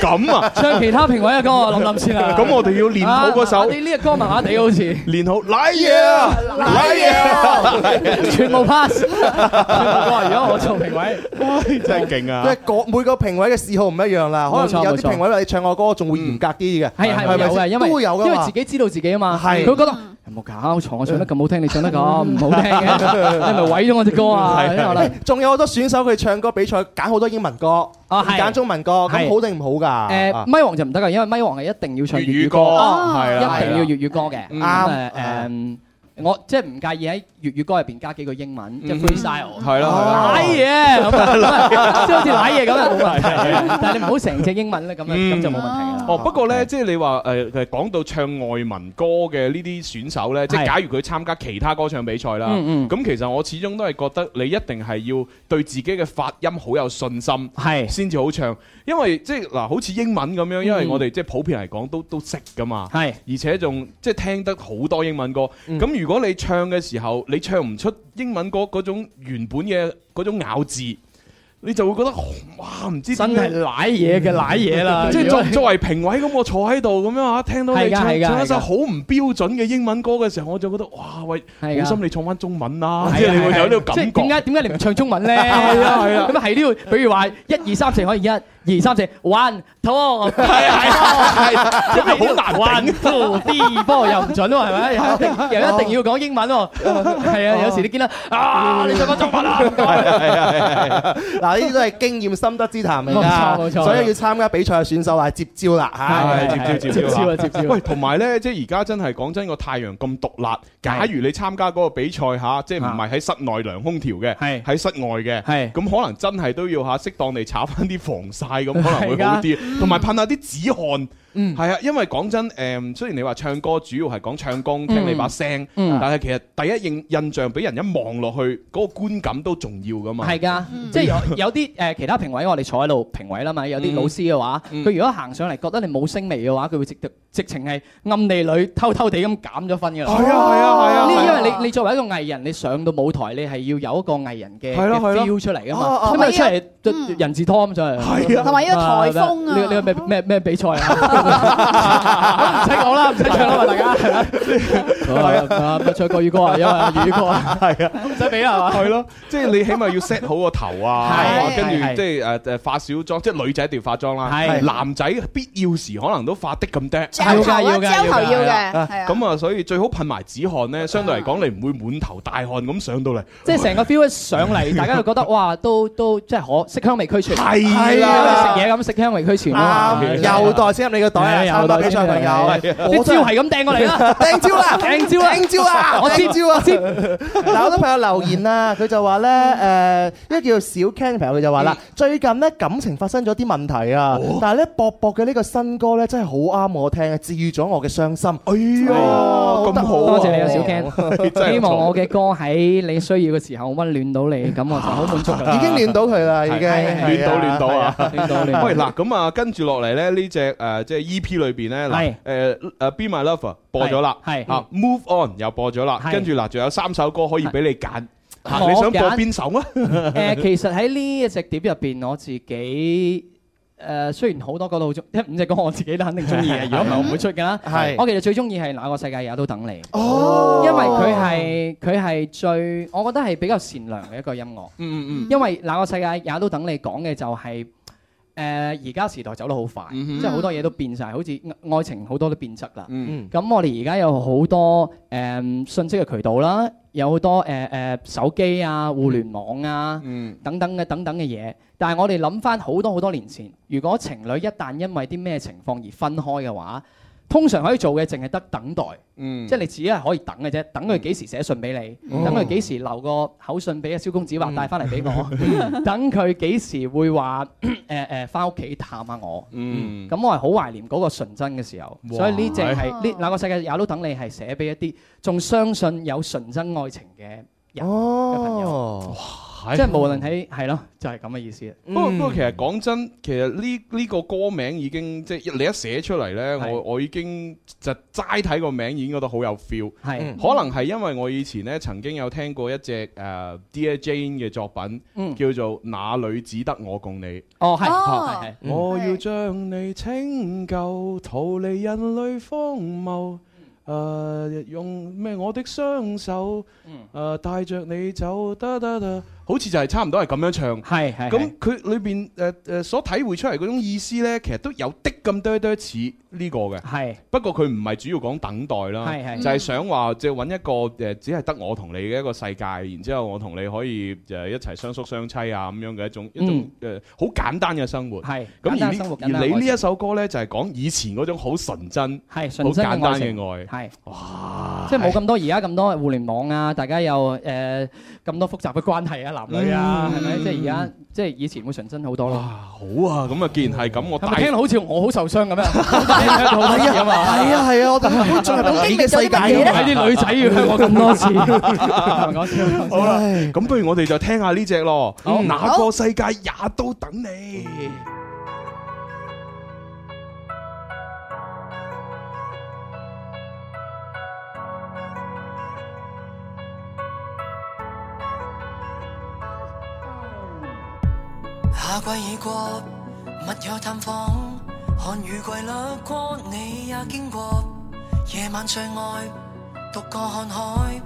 咁啊，唱其他評委嘅歌，我諗諗先啦。咁我哋要練好嗰首啊我哋呢個歌麻麻地好似練好，嚟嘢啊，嚟嘢啊，全部 pass。全部過如果我做評委， (laughs) 真係勁啊即係！各每個評委嘅嗜好唔一樣啦，可冇錯能有冇啲錯評委話你唱我歌仲會嚴格啲嘅，係係咪有嘅，先因為都會有㗎嘛因為自己知道自己啊嘛，係佢覺得有冇搞錯？我唱得咁好聽，你唱得咁唔好聽嘅，你係咪毀咗我隻歌啊？ (laughs) 因為我諗誒仲有好多選手佢唱歌比賽揀好多英文歌，唔哦係揀中文歌，咁係好定唔好㗎？啊誒嗯咪王就唔得㗎，因為咪王係一定要唱粵語歌，粵語歌哦係啦一定要粵語歌嘅。咁啱誒誒我即係唔介意喺粵語歌入邊加幾個英文，即係嗯 freestyle。係咯係咯攋嘢咁啊咁啊，即係好似攋嘢咁啊冇問係題係。但係你唔好成隻英文咧，咁啊咁就冇問題。哦，不過咧，即係你話誒誒講到唱外文歌嘅呢啲選手咧，即係係假如佢參加其他歌唱比賽啦，嗯嗯咁其實我始終都係覺得你一定係要對自己嘅發音好有信心，係嗯先至好唱。因為即係嗱，好似英文咁樣，因為我哋即係普遍嚟講都都識噶嘛，係，嗯而且仲即係聽得好多英文歌。咁如果你唱嘅時候，你唱唔出英文歌嗰種原本嘅嗰種咬字。你就會覺得哇，唔知點真係樣舐嘢嘅舐嘢啦即係啊如作果作為評委咁，我坐喺度咁樣啊，聽到你係㗎唱係㗎唱一首係㗎好唔標準嘅英文歌嘅時候，我就覺得哇喂，係㗎好心你唱翻中文啦，係 (laughs) 啊即係你係會有呢個即係感覺點。解點解你唔唱中文咧？ (laughs) 係啊係啊咁啊係呢個，比如話一二三四可以一二三四，one two，係係係，咁好難 one two three four 又唔準喎，係咪？又一定又一定要講英文喎，係啊！有時你見到啊，你唱翻中文啊，咁樣嗱，呢啲都係經驗心得之談嚟㗎，冇錯冇錯所以要參加比賽嘅選手啊，接招啦係嚇，接招接招接招 (laughs) 喂，同埋咧，即係而家真係講真個太陽咁毒辣。假如你參加嗰個比賽嚇，即係唔係喺室內涼空調嘅，喺室外嘅，咁可能真係都要嚇適當地搽翻啲防曬咁，可能會好係㗎嗯啲，同埋噴下啲止汗。係啊，因為講真，誒雖然你話唱歌主要係講唱功，聽你把聲，嗯但係其實第一印印象俾人一望落去，嗰個觀感都重要噶嘛。係㗎，即係有有啲誒其他評委，我哋坐喺度評委啦嘛。有啲老師嘅話，嗯佢如果行上嚟覺得你冇聲味嘅話，佢會直直直情係暗地裏偷偷地咁減咗分㗎啦。係啊係啊係啊呢係啊因為你你作為一個藝人，你上到舞台，你係要有一個藝人嘅係咯係嘅咯 feel 出嚟㗎啊啊嘛。咁咪出嚟就人字拖咁上嚟。係啊同埋呢個颱風啊你你咩咩咩比賽 (laughs) 啊？唔使講啦，唔使唱啦嘛，大家係咪係啊，咪唱國語歌啊，因為粵語歌啊。係啊，唔使俾啦，係嘛？係咯，即係你起碼要 set 好個頭 (laughs) 啊，係跟住係即係誒誒化小妝，即係女仔一定要化妝啦，係男仔必要時可能都化的咁多， (laughs) 頭啊要㗎要㗎要㗎朝頭要㗎啊係啊咁啊，所以最好噴埋止汗咧，相對嚟講你唔會滿頭大汗咁上到嚟，即係成個 feel 一上嚟，大家就覺得哇，都都即係可色香味俱全，係啦好似食嘢咁色香味俱全啊嘛啱，又袋先入你個袋啊！係啊參加比賽又袋先入朋友，啲招係咁掟過 (laughs) 嚟啦掟招啦，掟招啦掟招啦，我知掟招啊！嗱，好多朋友留言啦，佢就話咧誒，一個叫做小 Ken 嘅朋友佢就話啦，最近咧感情發生咗啲問題啊，但係咧博博嘅呢個新歌咧真係好啱我聽啊，治癒咗我嘅傷心。哎呀，咁好啊多謝你啊，小 (laughs) 真係唔錯 Ken。希望我嘅歌喺你需要嘅時候温暖到你，咁我就好滿足㗎啦。已經暖到佢啦，已經 (laughs) 亂到亂到啊！亂到亂到 (laughs) 喂，嗱咁啊，跟住落嚟咧，呢只誒即係 E.P. 裏邊咧，嗱誒誒 Be My Lover 播咗啦，係係啊 Move On 又播咗啦，係跟住嗱，仲有三首歌可以俾你揀，嚇我你想播揀邊首啊？誒，其實喺呢一隻碟入邊，我自己誒雖然好多歌都好 (laughs) 中，一五隻歌我自己都肯定中意嘅，如果唔係我唔會出㗎啦。係我其實最中意係哪個世界也都等你，哦因為佢係佢係最，我覺得係比較善良嘅一個音樂。嗯嗯嗯，因為那個世界也都等你講嘅就係誒而家時代走得好快，哼即係好多嘢都變晒，好似愛愛情好多都變質啦。咁、嗯我哋而家有好多誒、信息嘅渠道啦，有好多誒誒、手機啊、互聯網啊、等等嘅等等嘅嘢。但係我哋諗翻好多好多年前，如果情侶一旦因為啲咩情況而分開嘅話，通常可以做嘅淨係得等待。嗯即係你只係可以等嘅啫，等佢幾時寫信俾你，嗯等佢幾時留個口信俾阿蕭公子話帶翻嚟俾 (laughs) 我，等佢幾時會話 (clears throat) 誒誒翻屋企探下我。嗯咁我係好懷念嗰個純真嘅時候，哇所以呢隻係呢那個世界也都等你係寫俾一啲仲相信有純真愛情嘅人嘅朋友，哦，即係無論喺係咯，就係咁嘅意思。 (laughs) 不過不過，其實講真，其實呢呢個歌名已經即係你一寫出嚟呢，我我已經就齋睇個名已經覺得好有 feel。係嗯可能係因為我以前呢曾經有聽過一隻誒呃 Dear Jane 嘅作品，嗯叫做《那女只得我共你》。哦係啊係係係我要將你拯救，逃離人類荒嗯謬。誒、用咩？我的雙手嗯誒帶着你走，得得得，好似就係差唔多係咁樣唱。係係係咁佢裏邊誒誒所體會出嚟嗰種意思呢，其實都有的咁多多似呢個嘅。係不過佢唔係主要講等待啦，係係就係想話即係揾一個呃誒，只係得我同你嘅一個世界，然之後我同你可以呃誒一齊相宿相妻啊咁樣嘅一種一種嗯誒好簡單嘅生活。係咁簡單而生活呢而簡單你愛呢情一首歌呢，就係講以前嗰種好純真、係純好真嘅簡單愛情嘅愛。係哇！即係冇咁多而家咁多互聯網啊，大家有誒咁多複雜嘅關係啊，男女啊，係咪？即係而家即係以前會純真好多咯。好啊，咁啊，既然係咁，我係咪帶聽到好似我好受傷咁樣？係係啊係啊，我哋進入到你嘅世界啊嘛睇啲女仔要香我咁多次，講笑。好啦，咁不如我哋就聽下呢只咯，好哪個世界也都等你。夏季已過，密友探訪，寒雨季掠過，你也經過。夜晚最愛獨個看海，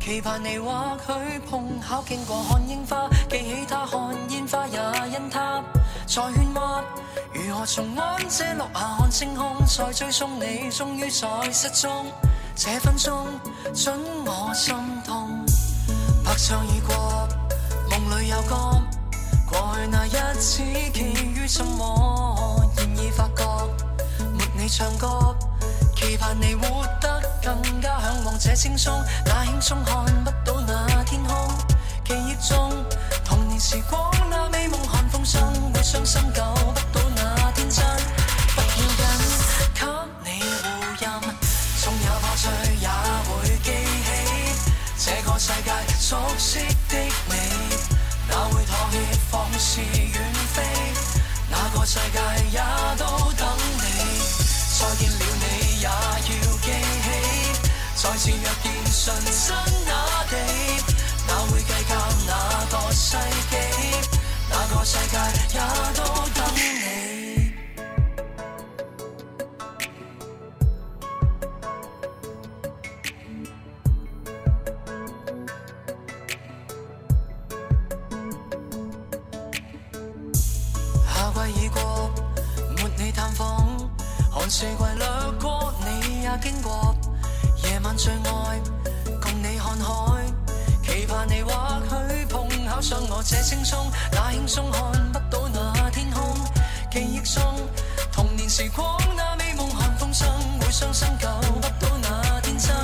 期盼你或許碰巧經過看櫻花，記起他看煙花也因他在喧譁。如何重安這落下看星空，再追蹤你，終於在失蹤。這分鐘准我心痛，白晝已過，夢裏有光。過去那一次，奇遇什麼？現已發覺，沒你唱歌，期盼你活得更加向往這輕鬆。那輕鬆看不到那天空，記憶中童年時光那美夢看風箏，會傷心救不到那天真。不要緊，給你護蔭，縱有破碎也會記起這個世界熟悉的你。哪會妥協放肆遠飛？哪個世界也都等你，再見了你也要記起。再次若見純真那地，哪會計較哪個世紀？哪個世界也都等你。夏季已過，沒你探訪，寒四季掠過，你也經過。夜晚最愛，共你看海，期盼你或許碰巧上我這青松，那輕鬆看不到那天空，記憶中童年時光那美夢看風箏，會傷心救不到那天真，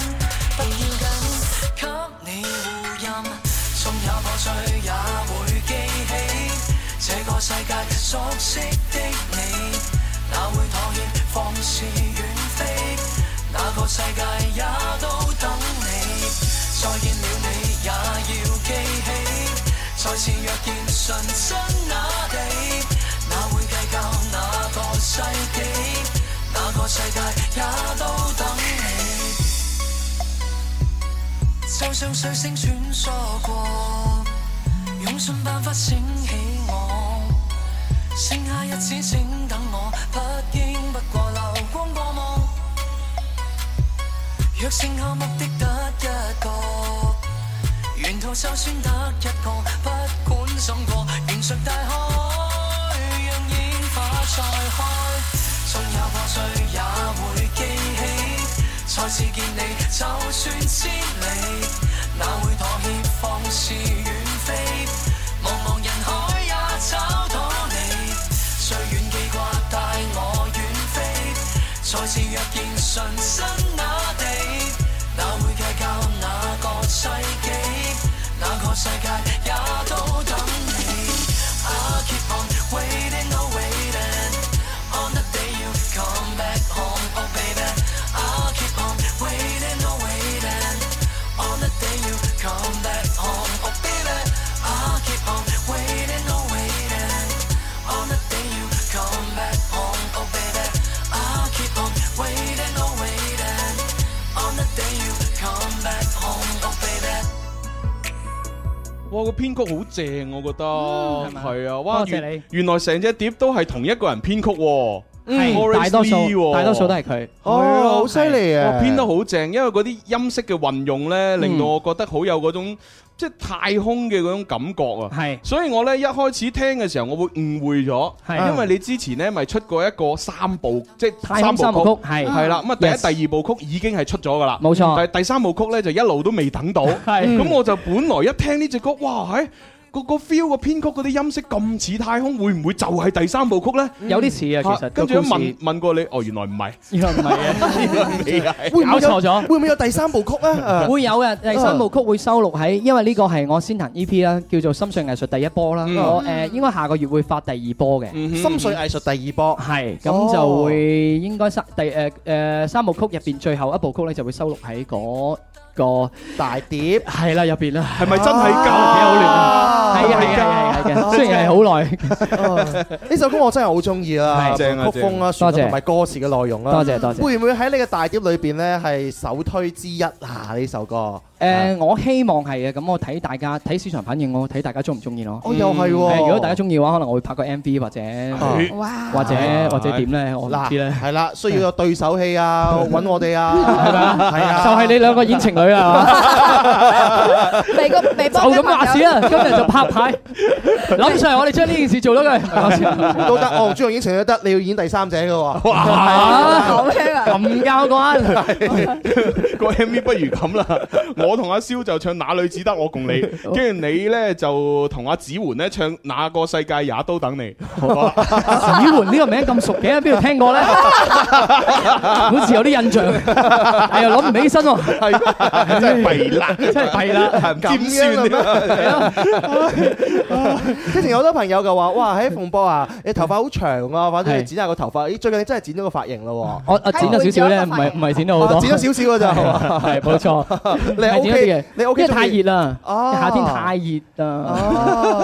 不要緊，給你護蔭，縱有破碎也會記起。這個世界熟悉的你，哪會妥協放肆遠飛？哪個世界也都等你，再見了你也要記起。再次若見純真那地，哪會計較哪個世紀？哪個世界也都等你，就像水星穿梭過。用盡辦法醒起我，剩下日子請等我，不經不過流光過望。若剩下目的得一個，沿途就算得一個，不管怎過，沿着大海，讓煙花再開，縱有破碎也會記起。再次見你，就算千里，哪會妥協放肆遠飛？茫茫人海也找到你，最遠記掛帶我遠飛。再次若見純真那地，哪會計較哪個世紀？哪個世界也都等你。I keep on waiting, oh waiting on the day you come back home, oh baby. I'll keep on waiting, oh waiting on the day you come back home, oh baby. I'll keep on waiting, oh waiting on the day you come back home, oh baby. I'll keep on waiting, oh waiting on the day you come back home, oh baby. 哇，個編曲好正，我覺得係啊！哇，嗯多謝原你原來成隻碟都係同一個人編曲喎。係 Horace 嗯大多數 Lee 喎大多數都係佢係啊哦好犀利啊哇編得好正，因為嗰啲音色嘅運用咧，令嗯到我覺得好有嗰種即係太空嘅嗰種感覺啊。係，所以我咧一開始聽嘅時候，我會誤會咗，係因為你之前咧咪出過一個三部即係太空三部曲係係啦。咁啊，第 Yes 一、第二部曲已經係出咗噶啦，冇錯 (laughs) 但係第三部曲咧就一路都未等到，咁我就本來一聽呢只歌，哇，係。個個 feel 個編曲嗰啲音色咁似太空，會唔會就係第三部曲咧？有啲似啊其實跟住一個故事問問過你，哦，原來唔係，原來唔係啊會唔會有搞錯咗會唔會有第三部 (laughs) 曲啊咧？會有嘅，第三部曲會收錄喺，因為呢個係我先行 EP 啦，叫做《心碎藝術》第一波啦。Ờ, 嗯我誒應該下個月會發第二波嘅嗯《心碎藝術》第二波，係咁就會應該三第誒誒三部曲入邊最後一部曲咧就會收錄喺嗰個大碟係啦入邊啦。係咪真係㗎？幾好亂啊！係啊係啊係啊係啊，雖然係好耐。呢首歌我真係好中意啦，係正啊曲風正啦、旋啊律同埋歌詞嘅內容啦。啊多謝多謝會唔會喺你嘅大碟裏邊咧係首推之一啊？呢首歌啊誒，我希望係嘅，咁我睇大家睇市場反應咯，睇大家中唔中意咯。哦又係喎嗯誒如果大家中意嘅話，可能我會拍個 MV 或者哇或者或者點咧，我唔知咧。係啦，需要有對手戲 (laughs) 啊，揾我哋啊，係咪係啊，就係你兩個演情侶 (laughs) 啦，微個微就博嘅朋咁話友事啦， (laughs) 今日就拍牌。林 Sir，我哋將呢件事做 (laughs) 咗佢。都得，我同朱紅演情侶都得，你要演第三者嘅 (laughs) 喎。哇咁 (laughs) 樣啊咁交關。 (laughs) 個 MV 不如咁啦，我同阿蕭就唱哪裏只得我共你，跟住你咧就同阿子媛咧唱哪個世界也都等你。 (laughs) 子媛呢個名咁熟嘅，邊度聽過咧？好似有啲印象，但又諗唔起身喎。係真係弊啦，真係弊啦，啊尖酸啊啊 (laughs) 哎之前有好多朋友就話：哇，喺馮波啊，你頭髮好長啊，或者你剪下個頭髮。咦，最近你真係剪咗個髮型咯我我剪咗少少咧，唔係唔係剪咗好啊多，剪咗少少㗎咋係啊係冇錯，你係剪咗 OK，啲嘅你 OK 因為太中意熱啦，哦夏天太熱 (laughs) 啦，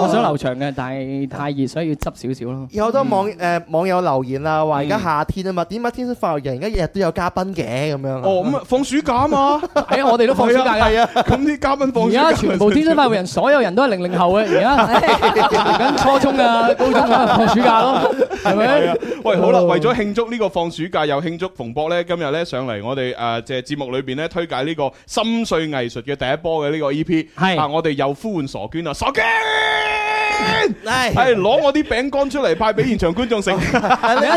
我想留長嘅，但係太熱，所以要執少少咯喎。。哦有好多網嗯誒網友留言啊，話而家夏天啊嘛，點解天生髮型而家日日都有嘉賓嘅咁樣？哦，咁啊放暑假啊嘛，係啊，我哋 (laughs) 都放暑假㗎係啊，咁啲嘉賓放而暑假家全部天生快活人，所有人都係零零後嘅，而家讀緊初中啊、高中啊，放暑假咯，係係啊咪？，喂，好啦，為咗慶祝呢個放暑假，又慶祝馮博咧，今日咧上嚟我哋誒即係節目裏邊咧推介呢個《心碎藝術》嘅第一波嘅呢個 EP，係啊，我哋又呼喚傻娟啊，傻娟！哎係攞我啲餅乾出嚟派俾現場觀 (laughs) 眾食，你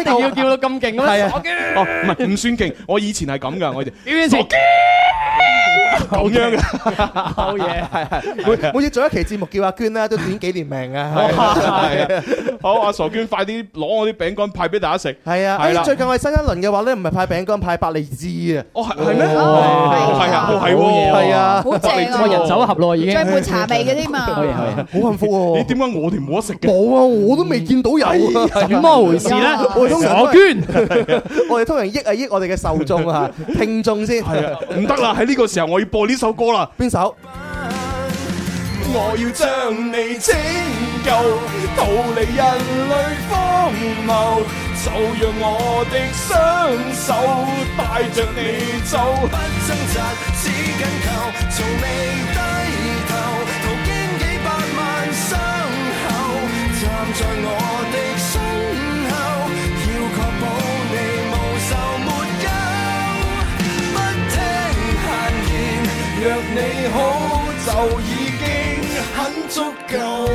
一定要叫到咁勁咯，係啊傻娟哦，唔係唔算勁，我以前係咁噶，我哋表演前咁樣嘅。好嘢，係每每次做一期節目叫阿娟啊咧，都短幾年命 (laughs) 係啊啊！係啊好，阿傻娟，快啲攞我啲餅乾派俾大家食。係啊，係啦誒最近我哋新一輪嘅話咧，唔係派餅乾，派百利滋 (laughs) 啊！哦，係係咩？係哦係啊，哦係喎，係啊，好正啊 (laughs) 我人手一盒咯已經。仲有抹茶味嘅添嘛。好幸福喎！你點解我哋冇得食 (laughs) (laughs) 嘅？冇啊，我都未見到有啊！哎怎麼回事呢我哋通常都傻係，我哋通常益啊益我哋嘅受眾啊，聽眾先。係啊，唔得啦！喺呢個時候我要播呢首歌啦。邊首？我要將你拯救，逃離人類荒謬。就讓我的雙手帶着你走，不掙扎，只緊扣，從未低頭。途經幾百萬傷口，站在我的身後，要確保你無愁沒憂。不聽閒言，若你好就已經很足夠。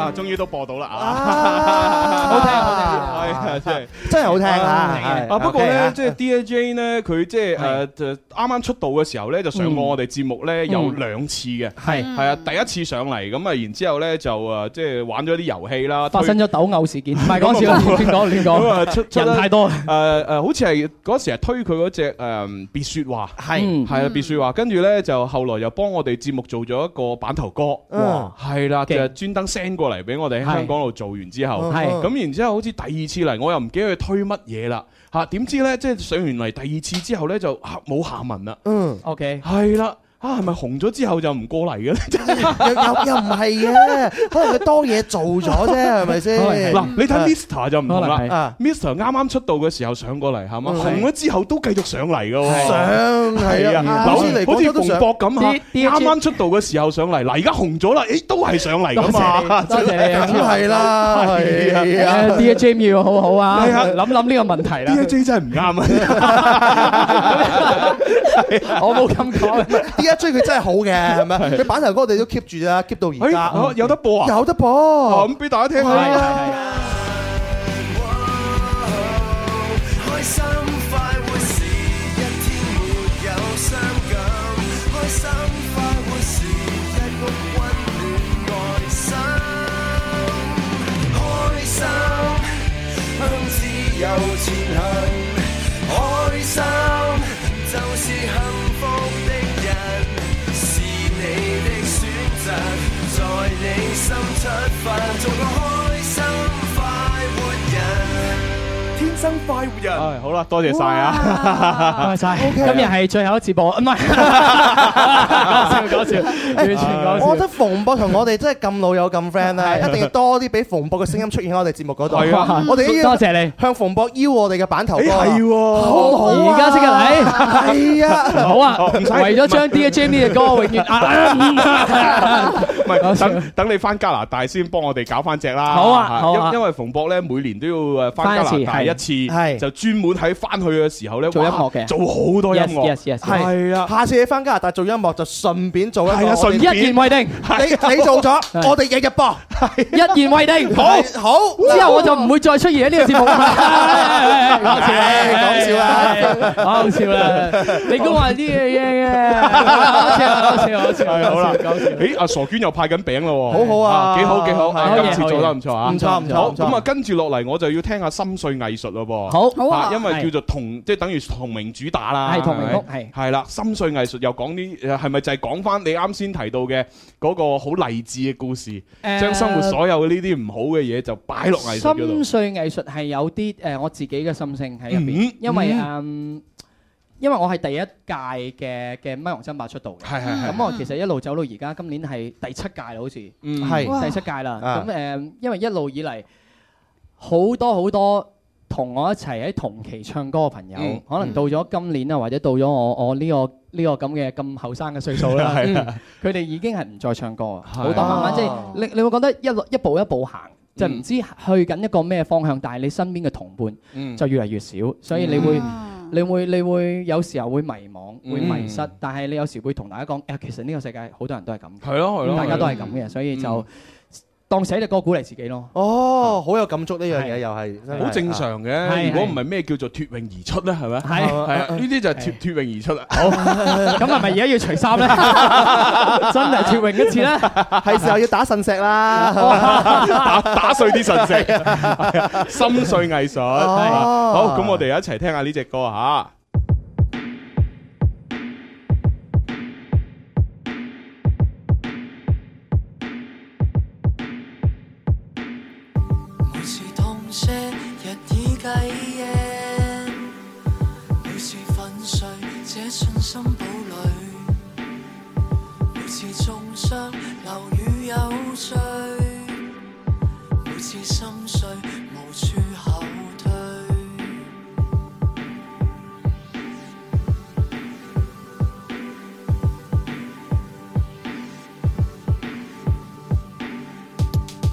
啊，終於都播到啦 (laughs) 啊！好聽，好聽，係啊，真係。真係好聽啊！係啊，不過 OK 咧啊，即係 Dear Jane 咧，佢即係誒就啱啱出道嘅時候咧，就上過我哋節目咧嗯有兩次嘅， (laughs) 係係啊，第一次上嚟咁啊，然之後咧就誒即係玩咗啲遊戲啦，發生推咗鬥毆事件，唔係講笑，亂 (laughs) 講亂咁啊出講，出 (laughs) 人太多。誒誒，好似係嗰時係推佢嗰只呃誒別説話，係係啊別説話，跟住咧就後來又幫我哋節目做咗一個版頭歌，哇係啦，勁就專登 send 過嚟俾我哋喺係香港度做完之後，係咁然之後好似第二次嚟，我又唔記得佢推乜嘢啦。嚇點知咧，即係上完嚟第二次之後咧，就啊冇下文啦。嗯，OK，係啦，啊係咪紅咗之後就唔過嚟嘅 (laughs) 咧？又又又唔係嘅，可能佢多嘢做咗啫，係咪先？嗱，你睇 Mr 就唔同可能係啦啊，Mr 啱啱出道嘅時候上過嚟係嘛，嗯紅咗之後都繼續上嚟嘅喎，上係啊嗱啱好似先嚟好廣似州都馮上博咁嚇， D- 啱啱出道嘅時候上嚟，嗱而家紅咗啦，誒都係上嚟㗎嘛，多謝你啊梗係啦係啊係啊 D J Jam 要好好啊，係啊諗諗呢個問題啦。 D J 真係唔啱啊！ (laughs) (laughs) 我冇咁講。 D J 佢真係好嘅，係咪？佢版頭歌我哋都 keep 住啦，keep 到而哎哦家。有得播啊有得哦播。咁俾大家聽下係啦啊。開心快活是一天沒有傷感，開心快活是一屋温暖有前行。開心就是幸福的人，是你的選擇，在你心出發，做個開心快活人。天生快活人。唉，好啦，多謝晒啊，多謝晒。今日係最後一次播， (laughs) 唔係講笑講笑，完全講笑。我覺得馮博同我哋真係咁老友咁 friend 啊咧，一定要多啲俾馮博嘅聲音出現喺我哋節目嗰度。係啊我哋多謝你向馮博邀我哋嘅版頭歌。哎咦係喎，好好啊而家即刻嚟，係啊，好啊，為咗將 D J 呢隻歌永 (laughs) 遠啊，唔係等等你翻加拿大先幫我哋搞翻隻啦。好啊好啊因因為馮博咧每年都要誒翻加拿大翻一一次次係，就專門喺翻去嘅時候咧做音樂嘅哇做好多音 Yes, 樂。 yes, yes, yes 係啊。下次你翻加拿大做音樂就順便做一個係啊我哋順便一言為定你你做咗，係我哋日日播。一言為定，好好之後我就唔會再出現喺呢個節目 (laughs) 啦。講笑啦，講笑啦，講笑啦，你估我係啲嘢嘅，講笑啦，講笑啦，講笑係啦，好啦，講笑。誒阿傻娟又派緊餅咯喎，好好啊幾好幾好，啊好嘢今次做得唔錯啊，好嘢唔錯唔錯好唔錯咁啊，跟住落嚟我就要聽下心碎藝術咯噃，好好啊因為係叫做同即係等於同名主打啦，係同名曲咪係係啦，心碎藝術又講啲係咪就係講翻你啱先提到嘅嗰個好勵志嘅故事，誒將生活所有呢啲唔好嘅嘢就擺落藝術嗰度心，碎藝術係有啲誒、呃我自己嘅心聲喺入邊嗯，因為誒、嗯嗯因為我係第一屆嘅嘅咪王爭霸出道嘅，係係係嗯咁我其實一路走到而家，今年係第七屆啦，好似嗯係係第七屆啦。啊咁誒、因為一路以嚟好多好多同我一齊喺同期唱歌嘅朋友，嗯可能到咗今年啊，或者到咗我我呢、個呢、個咁嘅咁後生嘅歲數啦，係嗯啊 (laughs) 佢哋已經係唔再唱歌啊，好係多慢慢即係哦你你會覺得一路一步一步行，就唔嗯知去緊一個咩方向，但係你身邊嘅同伴嗯就越嚟越少，所以你會。你會你會有時候會迷茫，會迷失，嗯但係你有時會同大家講，誒、其實呢個世界好多人都係咁嘅，係咯係咯大家都係係咁咯嘅，所以就當寫只歌鼓勵自己咯。哦，好有感觸呢樣嘢又係，真係好正常係嘅，如果唔係咩叫做脱穎而出咧，係咪？係 (laughs) 係啊，呢啲就係脱脱穎而出啦。啊好，咁係咪而家要除衫咧？真係脱穎一次咧？啊係時候要打腎石 (laughs) 啦。 (laughs) 打打碎啲神石，啊心碎藝術。哦好，咁我哋一齊聽下呢只歌啊吓。每次痛些，日以繼夜，每次粉碎這信心堡壘，每次中傷流雨有罪，每次心碎無處後退。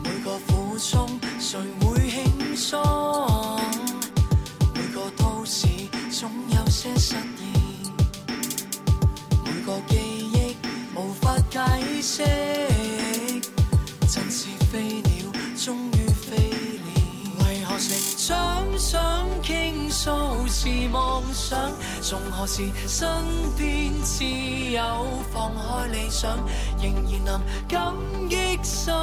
每個苦衷，誰會輕鬆？每個都市總有些失意，每個記憶無法解釋。真是飛鳥終於飛了，為何成長想傾訴是妄想？從何時身邊自有放開理想，仍然能感激心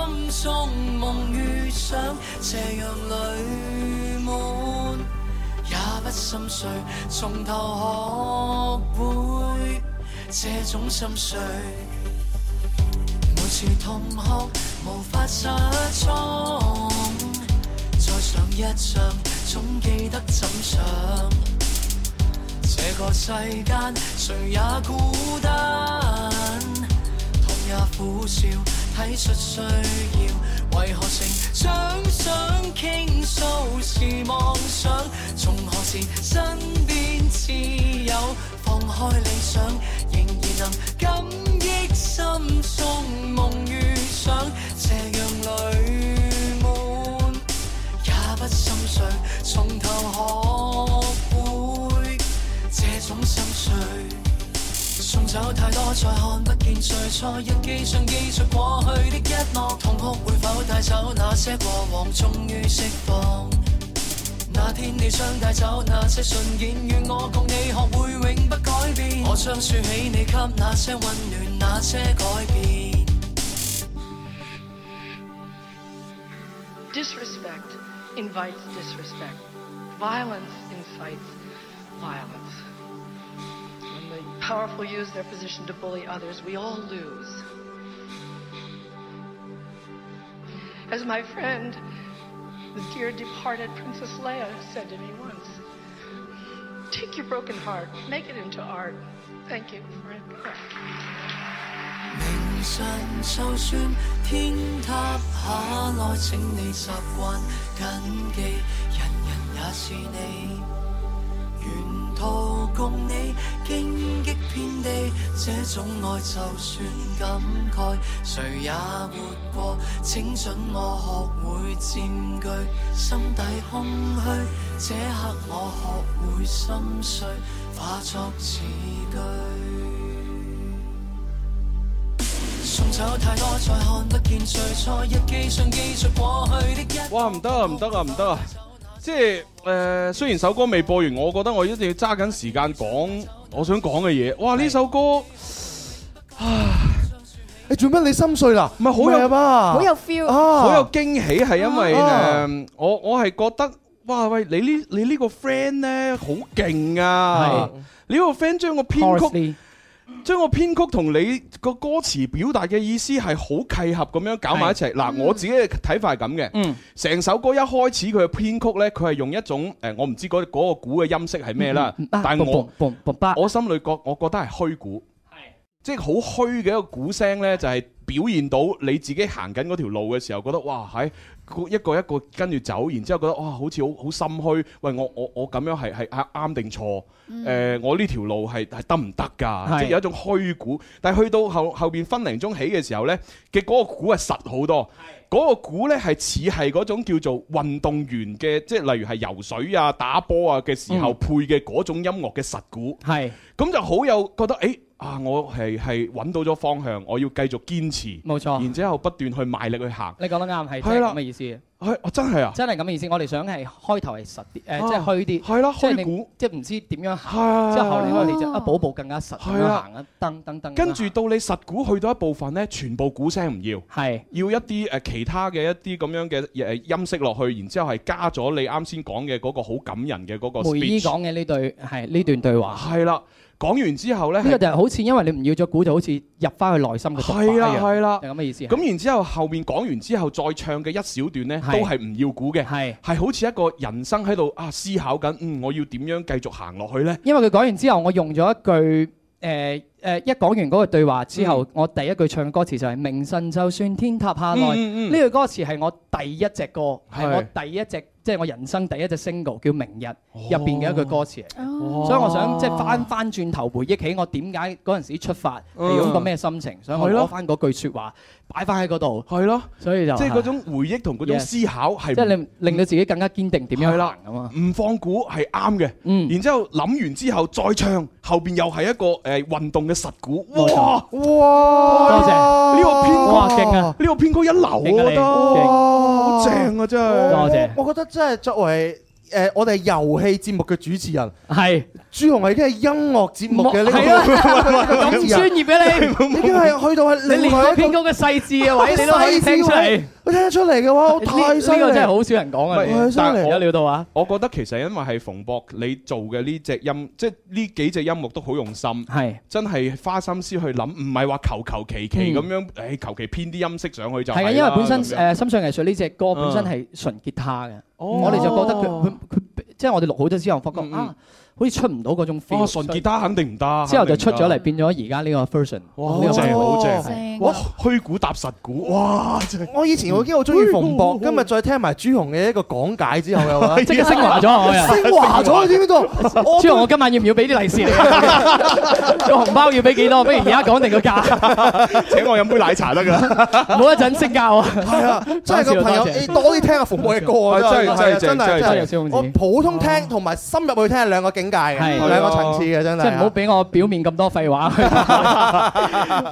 中夢與想，這樣侶滿也不心碎，從頭學會這種心碎。每次痛哭無法失聰，再上一仗總記得怎上。這個世間誰也孤單，痛也苦笑體恤需要，為何成長想傾訴是妄想？從何時身邊自有放開理想，仍然能感激心中夢與想，這樣侶滿也不心碎，從頭學會這種心碎。送走太多，再看不見最初一機上記述過去的一幕，痛哭會否帶走那些過往，終於釋放。那天你想帶走那些信件，願我共你學會永不改變。我將説起你給那些溫暖，那些改變。 Disrespect invites disrespect. Violence incites violence. When the powerful use their position to bully others, we all lose. As my friend, the dear departed Princess Leia said to me once, take your broken heart, make it into art. Thank you for it. 明晨就算天塌下來，請你習慣緊記，人人也是你。沿途共你荊棘遍地，這種愛就算感慨，誰也活過。請准我學會佔據心底空虛，這刻我學會心碎，化作詞句。送走太多，再看不見最初一機相機着過去的一。哇，唔得啊，唔得啊，唔得啊！即係誒、呃，雖然首歌未播完，我覺得我一定要揸緊時間講我想講嘅嘢。哇，呢首歌你哎做咩？你心碎啦？唔係啊哦好有吧？好有 feel 啊哦啊好有驚喜，係因為誒、啊呃我我係覺得，哇喂，你呢你呢個 friend 咧好勁啊！你呢個 friend 將個編曲。將個編曲同你個歌詞表達嘅意思係好契合咁樣搞埋一齊。嗯嗱，我自己嘅睇法係咁嘅。成首歌一開始佢嘅編曲呢，佢係用一種誒，我唔知嗰嗰個鼓嘅音色係咩啦嗯嗯，啊但係我嘣我心裏覺我覺得係虛鼓，即係好虛嘅一個鼓聲呢，就係表現到你自己行緊嗰條路嘅時候，覺得哇係。一個一個跟住走，然之後覺得哇，好似好好心虛。喂，我我我咁樣係係啱啊啱定錯？誒、我呢條路係係得唔得㗎？係即係有一種虛估。但係去到後後邊分零鐘起嘅時候呢，嘅嗰個估係實好多。嗰個估呢係似係嗰種叫做運動員嘅，即係例如係游水啊、打波啊嘅時候嗯配嘅嗰種音樂嘅實鼓。係咁就好有覺得誒。啊！我係係揾到咗方向，我要繼續堅持，冇錯。然之後不斷去賣力去行，你講得啱，係係真係啦咁嘅意思。係我真係啊！真係咁嘅意思，我哋想係開頭係實啲，誒啊即係虛啲，係啦，虛估，即係唔知點樣行，係之後後嚟我哋就一步步更加實咁係樣啦行啊，噔噔噔，跟住到你實鼓去到一部分呢，全部鼓聲唔要，係要一啲誒、呃其他嘅一啲咁樣嘅誒音色落去，然之後係加咗你啱先講嘅嗰個好感人嘅嗰個梅姨 speech。講嘅呢對係呢段對話，係啦，講完之後咧，呢個就係好似因為你唔要咗估，就好似入翻去內心嘅獨白一係啦樣係啊啦，就咁嘅意思。啊咁然之後後面講完之後再唱嘅一小段呢，係都係唔要估嘅，係好似一個人生喺度啊思考緊，嗯，我要點樣繼續行落去呢？因為佢講完之後，我用咗一句誒誒，一講完嗰個對話之嗯後，我第一句唱嘅歌詞就係明晨就算天塌下來，嗯嗯嗯呢句歌詞係我第一隻歌，係係我第一隻即係我人生第一隻 single 叫《明日》入邊嘅一句歌詞嚟嘅。所以我想即係翻翻轉頭回憶起我點解嗰陣時出發嗯係用個咩心情，所以我係咯攞翻嗰句説話擺翻喺嗰度。係咯，所以就即係嗰種回憶同嗰種哦 Yes 思考係即係你令到自己更加堅定點樣係啦行咁啊！唔放股係啱嘅，嗯然之後諗完之後再唱，後邊又係一個誒運動嘅實鼓，冇錯哇！哇！多謝呢個編曲哇勁啊！呢個編曲一流，我覺得哦好正啊！真係我。我覺得真係作為誒我哋遊戲節目嘅主持人，係朱紅係已經係音樂節目嘅呢個係啊 (laughs) 咁專業嘅 (laughs) 你已經係去到係你連個編曲嘅細緻嘅位你都可以聽出嚟，我聽得出嚟嘅話，我太犀利。呢個真係好少人講唔啊！係呢個但係我有料到啊！我覺得其實因為係馮博你做嘅呢隻音，即係呢幾隻音樂都好用心，係真係花心思去諗，唔係話求求其其嗯咁樣，誒求其編啲音色上去就係啦啊，因為本身咁樣誒《心上藝術》呢隻歌本身嗯係純吉他嘅，哦我哋就覺得佢佢佢即係我哋錄好咗之後，發覺啊，好似出唔到嗰種 feel。嗯哦純吉他肯定唔得，之後就出咗嚟，肯定變咗而家呢個 version。唔呢得個好正好正，正哇虛鼓搭實鼓，哇！ (laughs) 真係我以前我已經好中意馮博，今日再聽埋朱紅嘅一個講解之後，又 (laughs) 話即刻升華咗我又 (laughs) 升華咗，你知唔知道？我朱紅，我今晚要唔要俾啲利是你？個紅包要俾幾多？不如而家講定個 (laughs) 價，請我飲杯奶茶得㗎。 (laughs) 冇一陣升價喎。係啊，真係個朋友，多謝你多啲聽下馮博嘅歌啊係真係係啊真係真係真係真係我普通聽同埋深入去聽係兩個境境界嘅，係兩個層次嘅真即係唔好係。俾我表面咁多廢 (laughs) 話。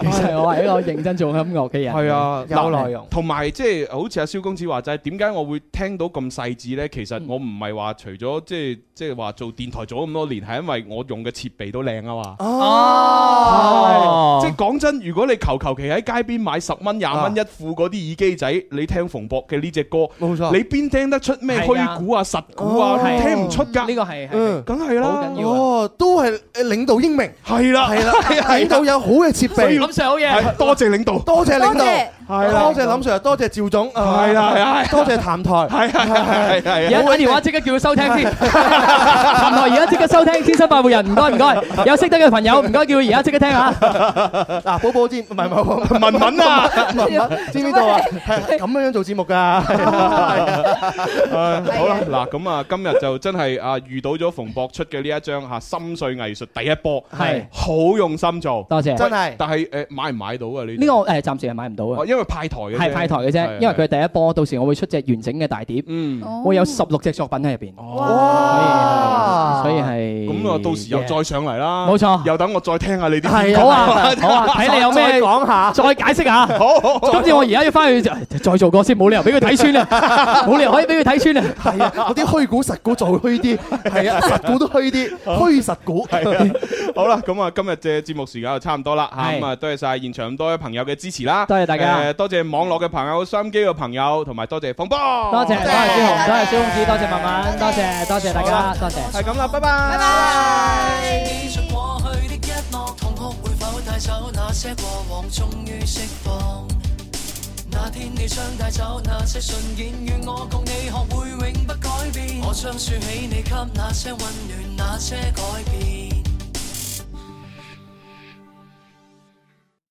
其實我係一個認真做音樂 Dạ. 嘅人，係啊，有嗱內容。同埋即係好似阿蕭公子話齋，點解我會聽到咁細緻呢？其嗯實我唔係話除咗即係即係話做電台做咗咁多年，係因為我用嘅設備都靚啊嘛。Ờ. 哦係即係講真，如果你求求其喺街邊買十蚊、廿啊蚊一副嗰啲耳機仔，你聽馮博嘅呢只歌，哦冇錯你邊聽得出咩虛鼓啊、實鼓啊，哦聽唔出㗎。呢個係嗯，梗係啦，哦，都係誒領導英明，Dạ. 係啦係係啦，啊領導有好嘅設所以備，林 Sir 好嘢係多謝領導多謝領導，多謝係啦多謝林 Sir，多謝趙總，係啦係啦係啦多謝談台，係係而係係 Dạ. 家打電話即刻叫佢收聽先，陳台而家即刻收聽《天生快活人》，唔該唔該，有識得嘅朋友唔該叫佢而家即刻聽下。嗱，寶寶知唔係唔係唔係文文啊文文知唔知道啊？係咁樣樣做節目㗎，唉好啦，嗱咁啊，今日就真係啊遇到咗馮博出嘅呢一張嚇心碎藝術第一波，係好用心做，多謝喂真 à. 係但係誒買唔買到啊？呢呢個誒暫時係買唔到哦嘅。因為派台嘅啫係派台嘅啫，因為佢係第一波，到時我會出隻完整嘅大碟，嗯會有十六隻作品喺入邊。哇所以係咁啊，到時又再上嚟啦，冇錯，又等我再聽下你啲係啊好 (laughs) à. 啊好啊睇你有咩再講下再解釋下。好好好今次我而家要翻去再做過先，冇理由俾佢睇穿啊！冇理由可以俾佢睇穿啊！係啊，嗰啲虛股實股做虛啲，係啊，實股都虛啲，虛實股係啊，好啦，咁啊，今日嘅節目時間就差唔多啦，吓係咁啊，多謝晒現場咁多位朋友嘅支持啦，多謝大家誒多謝網絡嘅朋友、收音機嘅朋友，同埋多謝馮波，多謝多謝朱紅，多謝小公子，多謝文文，多謝多謝大家，多謝。係咁啦，拜拜。拜拜記住過去的一幕，同學會否帶走那些過往，終於釋放。那天你想帶走那些信件，願我共你學會永不改變。我將説起你給那些温暖，那些改變。